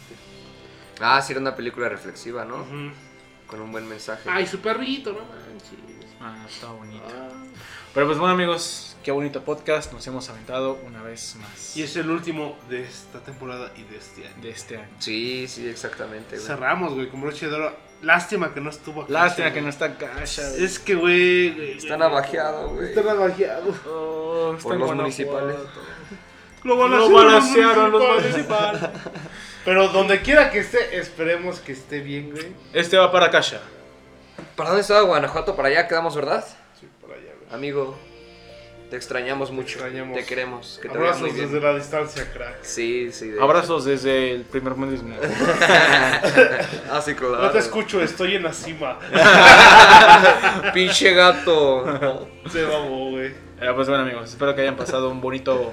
[SPEAKER 2] Ah, sí, era una película reflexiva, ¿no?
[SPEAKER 4] Ujú.
[SPEAKER 2] Con un buen mensaje.
[SPEAKER 4] Ay, su perrito, no manches.
[SPEAKER 3] Ah, está bonito.
[SPEAKER 4] Ah.
[SPEAKER 3] Pero pues bueno amigos, qué bonito podcast, nos hemos aventado una vez más
[SPEAKER 4] Y es el último de esta temporada y de este año.
[SPEAKER 3] de este año.
[SPEAKER 2] Sí, sí, exactamente, güey.
[SPEAKER 4] Cerramos, güey, con broche de oro. Lástima que no estuvo aquí.
[SPEAKER 3] Lástima que
[SPEAKER 4] güey.
[SPEAKER 3] no está Cacha. güey.
[SPEAKER 4] Es que, güey. güey,
[SPEAKER 2] Está
[SPEAKER 4] güey.
[SPEAKER 2] navajeado, güey.
[SPEAKER 4] Está navajeado.
[SPEAKER 3] Oh, está
[SPEAKER 2] Por
[SPEAKER 3] en
[SPEAKER 2] los
[SPEAKER 3] Guanajuato.
[SPEAKER 2] municipales.
[SPEAKER 4] Lo
[SPEAKER 3] Lo balancearon los municipales.
[SPEAKER 4] Pero donde quiera que esté, esperemos que esté bien, güey.
[SPEAKER 3] Este va para Cacha.
[SPEAKER 2] ¿Para dónde estaba Guanajuato? Para allá quedamos, ¿verdad?
[SPEAKER 4] Sí, por allá, güey.
[SPEAKER 2] Amigo, te extrañamos mucho.
[SPEAKER 4] extrañamos.
[SPEAKER 2] Te queremos. Que te vaya muy
[SPEAKER 4] Abrazos
[SPEAKER 2] bien.
[SPEAKER 4] desde la distancia, crack.
[SPEAKER 2] Sí, sí. de-
[SPEAKER 3] Abrazos desde el primer mundo.
[SPEAKER 2] Ah, sí, claro.
[SPEAKER 4] No te escucho, estoy en la cima.
[SPEAKER 2] Pinche gato.
[SPEAKER 4] Se babó, güey.
[SPEAKER 3] Eh, pues bueno amigos, espero que hayan pasado un bonito...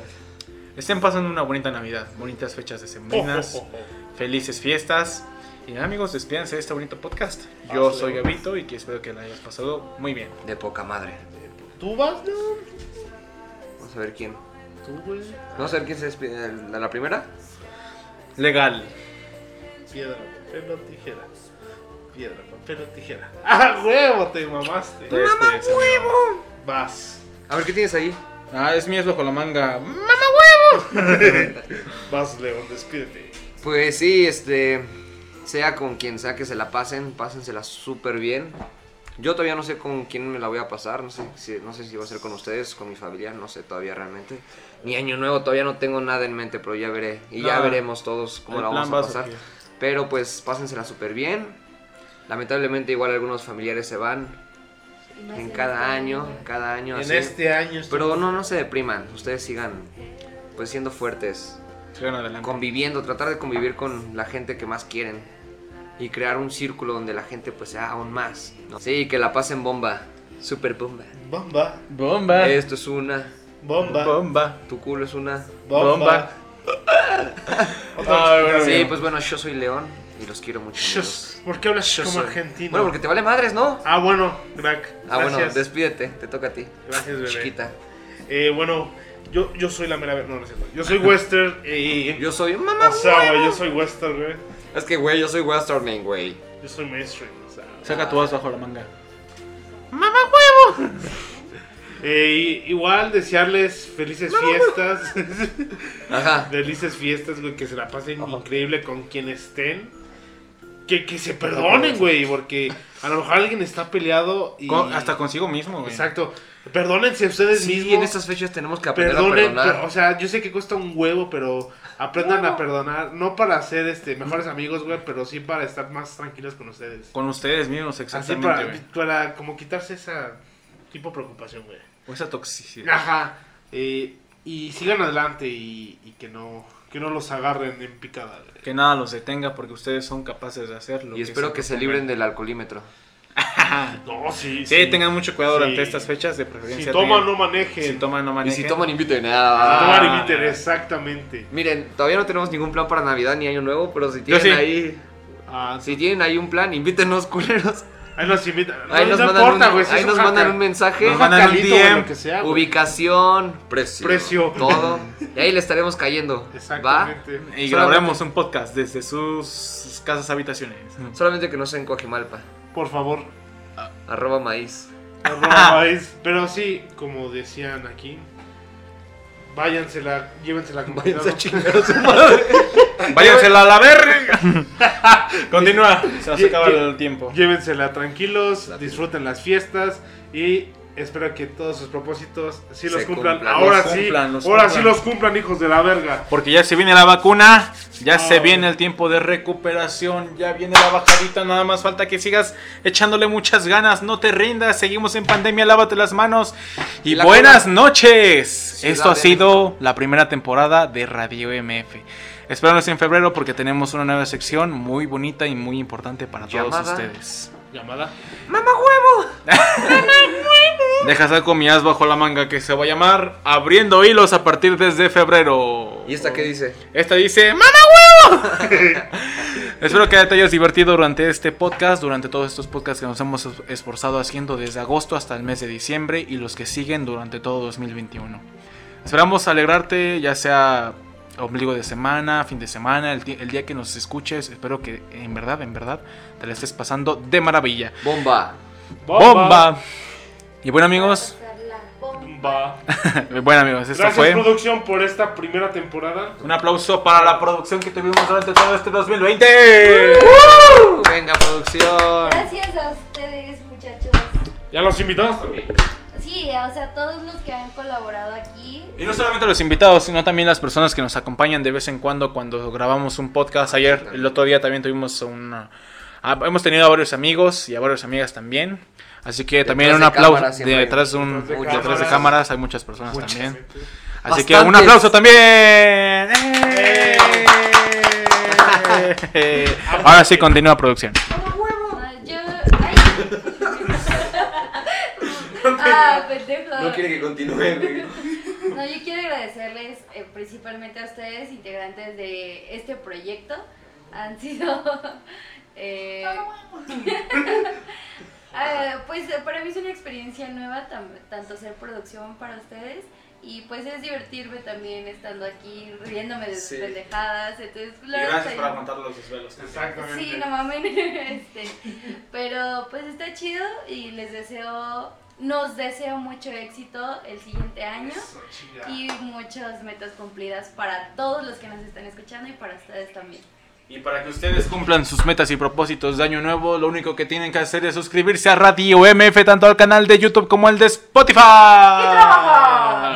[SPEAKER 3] Estén pasando una bonita Navidad, bonitas fechas
[SPEAKER 2] Oh,
[SPEAKER 3] decembrinas,
[SPEAKER 4] Ojo, ojo, ojo.
[SPEAKER 3] felices fiestas. Y nada, amigos, despídanse de este bonito podcast. Yo
[SPEAKER 4] Hazle.
[SPEAKER 3] soy Gabito y que espero que la hayas pasado muy bien.
[SPEAKER 2] De poca madre.
[SPEAKER 4] oh. ¿Tú vas, no?
[SPEAKER 2] Vamos a ver quién.
[SPEAKER 4] Tú, güey.
[SPEAKER 2] Vamos a ver quién se despide. ¿La, la primera?
[SPEAKER 3] Legal.
[SPEAKER 4] Piedra, papel o tijera. Piedra, papel o tijera. ¡Ah, huevo! Te mamaste.
[SPEAKER 3] Te despides, amigo.
[SPEAKER 4] Vas.
[SPEAKER 2] A ver, ¿qué tienes ahí?
[SPEAKER 3] Ah, es mi es bajo la manga.
[SPEAKER 4] Vas, León, despídete.
[SPEAKER 2] Pues sí, este. Sea con quien sea que se la pasen, pásensela súper bien. Yo todavía no sé con quién me la voy a pasar, no sé, si, no sé si va a ser con ustedes, con mi familia, no sé todavía realmente. Ni año nuevo, todavía no tengo nada en mente, pero ya veré. Y ya
[SPEAKER 3] Nada.
[SPEAKER 2] veremos todos cómo
[SPEAKER 3] El
[SPEAKER 2] la vamos
[SPEAKER 3] plan va
[SPEAKER 2] a pasar.
[SPEAKER 3] surgir.
[SPEAKER 2] Pero pues pásensela súper bien. Lamentablemente igual algunos familiares se van
[SPEAKER 5] Y más
[SPEAKER 2] en cada
[SPEAKER 5] este
[SPEAKER 2] año, cada año.
[SPEAKER 4] En
[SPEAKER 2] así.
[SPEAKER 4] este año.
[SPEAKER 2] Pero no, no se depriman, ustedes sigan pues siendo fuertes,
[SPEAKER 3] Sigan adelante.
[SPEAKER 2] conviviendo, tratar de convivir con la gente que más quieren y crear un círculo donde la gente pues sea aún más. ¿no? Sí, que la pasen bomba, super bomba.
[SPEAKER 4] Bomba,
[SPEAKER 3] Bomba.
[SPEAKER 2] Esto es una,
[SPEAKER 4] bomba, bomba.
[SPEAKER 3] Bomba.
[SPEAKER 2] tu culo es una.
[SPEAKER 3] Bomba.
[SPEAKER 4] Otra vez.
[SPEAKER 2] Sí, pues bueno, yo soy León y los quiero mucho. amigos.
[SPEAKER 4] Shh, ¿Por qué hablas
[SPEAKER 2] Yo
[SPEAKER 4] como
[SPEAKER 2] soy-
[SPEAKER 4] argentino?
[SPEAKER 2] Bueno, porque te vale madres, ¿no?
[SPEAKER 4] Ah, bueno, crack.
[SPEAKER 2] Ah, bueno,
[SPEAKER 4] Gracias.
[SPEAKER 2] despídete, te toca a ti.
[SPEAKER 4] Gracias, bebé.
[SPEAKER 2] Chiquita.
[SPEAKER 4] Eh, bueno, yo, yo soy la mera... ver- No, no es cierto. Yo soy Wester y...
[SPEAKER 2] Yo soy mamá.
[SPEAKER 4] O sea, güey, yo soy Wester, güey.
[SPEAKER 2] Es que, güey, yo soy Western Man, güey.
[SPEAKER 4] Yo soy mainstream, o sea...
[SPEAKER 3] Saca tu as bajo la manga.
[SPEAKER 4] Eh, y- igual desearles felices fiestas.
[SPEAKER 2] Ajá.
[SPEAKER 4] felices fiestas, güey, que se la pasen increíble con quien estén. Que, que se perdonen, güey, porque a lo mejor alguien está peleado y...
[SPEAKER 3] Con- hasta consigo mismo, güey.
[SPEAKER 4] Exacto. Perdónense ustedes
[SPEAKER 2] Sí,
[SPEAKER 4] mismos.
[SPEAKER 2] en estas fechas tenemos que aprender
[SPEAKER 4] Perdonen,
[SPEAKER 2] a
[SPEAKER 4] pero,
[SPEAKER 2] perdonar.
[SPEAKER 4] o sea, yo sé que cuesta un huevo, pero aprendan a perdonar, no para ser este mejores amigos, güey, pero sí para estar más tranquilos con ustedes.
[SPEAKER 3] Con ustedes mismos,
[SPEAKER 4] Así
[SPEAKER 3] exactamente,
[SPEAKER 4] para,
[SPEAKER 3] güey.
[SPEAKER 4] para como quitarse esa tipo de preocupación, güey.
[SPEAKER 3] O esa toxicidad.
[SPEAKER 4] Ajá. eh, y sigan adelante y, y que no que no los agarren en picada. güey.
[SPEAKER 3] Que nada los detenga porque ustedes son capaces de hacerlo.
[SPEAKER 2] Y espero que se libren del alcoholímetro.
[SPEAKER 4] No, sí,
[SPEAKER 3] Ah, Sí, tengan mucho cuidado durante
[SPEAKER 4] Sí.
[SPEAKER 3] estas fechas de
[SPEAKER 4] Si
[SPEAKER 3] preferencia.
[SPEAKER 4] toman, no
[SPEAKER 3] tengan-
[SPEAKER 4] manejen.
[SPEAKER 3] Si toman, no
[SPEAKER 2] Y
[SPEAKER 3] manejen.
[SPEAKER 2] si toman, inviten.
[SPEAKER 4] Si
[SPEAKER 2] Ah.
[SPEAKER 4] toman, inviten, exactamente.
[SPEAKER 2] Miren, todavía no tenemos ningún plan para Navidad ni Año Nuevo, pero si
[SPEAKER 3] Yo
[SPEAKER 2] tienen
[SPEAKER 3] sí.
[SPEAKER 2] ahí.
[SPEAKER 4] Ah,
[SPEAKER 2] Si tienen ahí un plan, invítenos, culeros.
[SPEAKER 4] Ahí nos invitan.
[SPEAKER 2] Ahí
[SPEAKER 4] no
[SPEAKER 2] nos
[SPEAKER 4] no
[SPEAKER 2] mandan,
[SPEAKER 4] importa,
[SPEAKER 2] un,
[SPEAKER 4] güey, si
[SPEAKER 2] ahí
[SPEAKER 4] es
[SPEAKER 2] nos
[SPEAKER 4] un
[SPEAKER 2] mandan
[SPEAKER 4] hacker.
[SPEAKER 2] un mensaje.
[SPEAKER 3] Nos mandan un
[SPEAKER 4] Jacalito, güey, lo
[SPEAKER 3] DM.
[SPEAKER 4] que sea, güey.
[SPEAKER 2] Ubicación, precio,
[SPEAKER 4] Precio.
[SPEAKER 2] todo. Y ahí le estaremos cayendo. ¿Va?
[SPEAKER 4] Exactamente.
[SPEAKER 3] Y
[SPEAKER 2] Solamente-
[SPEAKER 3] grabaremos un podcast desde sus casas habitaciones.
[SPEAKER 2] Solamente que no sea en Coajimalpa.
[SPEAKER 4] Por favor,
[SPEAKER 2] Arroba maíz.
[SPEAKER 4] no robáis. Pero sí, como decían aquí, váyansela, llévensela con
[SPEAKER 2] Váyanse a
[SPEAKER 4] cuidado.
[SPEAKER 2] chingar a su
[SPEAKER 3] Váyansela a la verga. Continúa. Se nos
[SPEAKER 4] Ye-
[SPEAKER 3] acaba
[SPEAKER 4] ye-
[SPEAKER 3] el tiempo.
[SPEAKER 4] Llévensela tranquilos,
[SPEAKER 2] La
[SPEAKER 4] disfruten las fiestas y espero que todos sus propósitos sí los
[SPEAKER 2] Se
[SPEAKER 4] cumplan.
[SPEAKER 2] cumplan,
[SPEAKER 4] Ahora
[SPEAKER 3] los
[SPEAKER 4] sí,
[SPEAKER 3] cumplan, los
[SPEAKER 4] ahora
[SPEAKER 3] cumplan.
[SPEAKER 4] sí los cumplan, hijos de la verga.
[SPEAKER 3] Porque ya se viene la vacuna, ya se
[SPEAKER 4] Ah.
[SPEAKER 3] viene el tiempo de recuperación, ya viene la bajadita, nada más falta que sigas echándole muchas ganas, no te rindas, seguimos en pandemia, lávate las manos y,
[SPEAKER 2] Y la
[SPEAKER 3] buenas noches.
[SPEAKER 2] Ciudad
[SPEAKER 3] Esto ha
[SPEAKER 2] de
[SPEAKER 3] sido la primera temporada de Radio MF. Espéranos en febrero porque tenemos una nueva sección muy bonita y muy importante para todos
[SPEAKER 2] Llamada.
[SPEAKER 3] ustedes.
[SPEAKER 4] Llamada.
[SPEAKER 3] Deja saco mi as bajo la manga que se va a llamar Abriendo Hilos a partir desde febrero.
[SPEAKER 2] ¿Y esta qué dice?
[SPEAKER 3] Esta dice ¡Mamá huevo! Espero que te hayas divertido durante este podcast, durante todos estos podcasts que nos hemos es- esforzado haciendo desde agosto hasta el mes de diciembre y los que siguen durante todo 2021. Esperamos alegrarte, ya sea ombligo de semana, fin de semana, el, ti- el día que nos escuches. Espero que en verdad, en verdad, te la estés pasando de maravilla.
[SPEAKER 2] Bomba.
[SPEAKER 3] ¡Bomba! Y bueno amigos,
[SPEAKER 5] Pasar la bomba.
[SPEAKER 4] Bomba.
[SPEAKER 3] bueno amigos, esto
[SPEAKER 4] Gracias,
[SPEAKER 3] fue...
[SPEAKER 4] producción, por esta primera temporada.
[SPEAKER 3] Un aplauso para la producción que tuvimos durante todo este 2020.
[SPEAKER 2] Uh, Venga, producción.
[SPEAKER 5] Gracias a ustedes, muchachos.
[SPEAKER 4] Ya los invitamos también.
[SPEAKER 5] Sí, o sea, todos los que han colaborado aquí.
[SPEAKER 3] Y no solamente los invitados, sino también las personas que nos acompañan de vez en cuando cuando grabamos un
[SPEAKER 2] Ah,
[SPEAKER 3] podcast. Ayer, el otro día también tuvimos una... ah, hemos tenido a varios amigos y a varias amigas también. Así que también
[SPEAKER 2] Detrás
[SPEAKER 3] un
[SPEAKER 2] de
[SPEAKER 3] aplauso
[SPEAKER 2] cámaras siempre hay
[SPEAKER 3] detrás de, un,
[SPEAKER 4] muchas
[SPEAKER 3] detrás de
[SPEAKER 4] cámaras.
[SPEAKER 3] cámaras hay muchas personas también. Así
[SPEAKER 2] Bastantes.
[SPEAKER 3] que un aplauso también. ¡Eh! Ahora sí continúa producción.
[SPEAKER 5] Ah, yo. Ay. ah, pendejo.
[SPEAKER 2] que continúe, güey.
[SPEAKER 5] No, yo quiero agradecerles eh, principalmente a ustedes, integrantes de este proyecto. Han sido. eh, ah, pues eh, para mí es una experiencia nueva, tam- tanto ser producción para ustedes. Y pues es divertirme también estando aquí, riéndome de sus
[SPEAKER 3] Sí.
[SPEAKER 5] pendejadas. Entonces, la verdad está bien.
[SPEAKER 3] los desvelos.
[SPEAKER 4] Exactamente.
[SPEAKER 5] Sí, no mamen. Este, pero pues está chido y les deseo, nos deseo mucho éxito el siguiente año
[SPEAKER 4] Eso, chida.
[SPEAKER 5] y muchas metas cumplidas para todos los que nos están escuchando y para ustedes también.
[SPEAKER 3] Y para que ustedes cumplan sus metas y propósitos de año nuevo, lo único que tienen que hacer es suscribirse a Radio MF tanto al canal de YouTube como al de
[SPEAKER 4] Y
[SPEAKER 3] Spotify.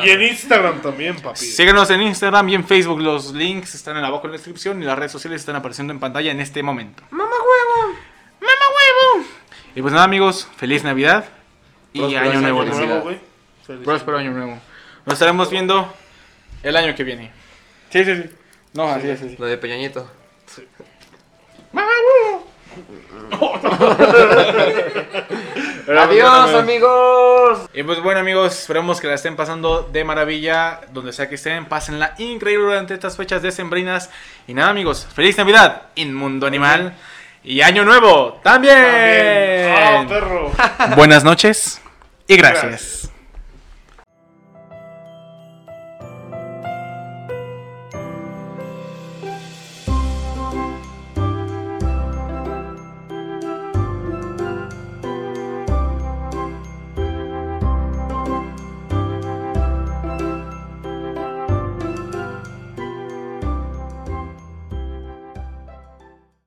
[SPEAKER 4] en Instagram también, papi.
[SPEAKER 3] Síguenos en Instagram y en Facebook, los links están en abajo en la descripción y las redes sociales están apareciendo en pantalla en este momento. ¡Mamá huevo! ¡Mamá huevo! Y pues nada amigos, feliz Navidad y
[SPEAKER 2] Próspero
[SPEAKER 3] año
[SPEAKER 2] año
[SPEAKER 3] nuevo.
[SPEAKER 4] Año
[SPEAKER 2] Felicidades. Pues,
[SPEAKER 3] les digo.
[SPEAKER 4] nuevo, güey.
[SPEAKER 3] Próspero año nuevo. Nos estaremos viendo el año que viene. Sí, sí, sí. No, así es, así.
[SPEAKER 2] Lo de Peñañito.
[SPEAKER 3] ¡Mamá huevo!
[SPEAKER 2] Adiós, amigos.
[SPEAKER 3] Y pues bueno amigos, esperemos que la estén pasando de maravilla, donde sea que estén, pásenla increíble durante estas fechas decembrinas. Y nada amigos, feliz Navidad en Mundo Animal y Año Nuevo también.
[SPEAKER 4] También. Ah, perro.
[SPEAKER 3] Buenas noches y gracias.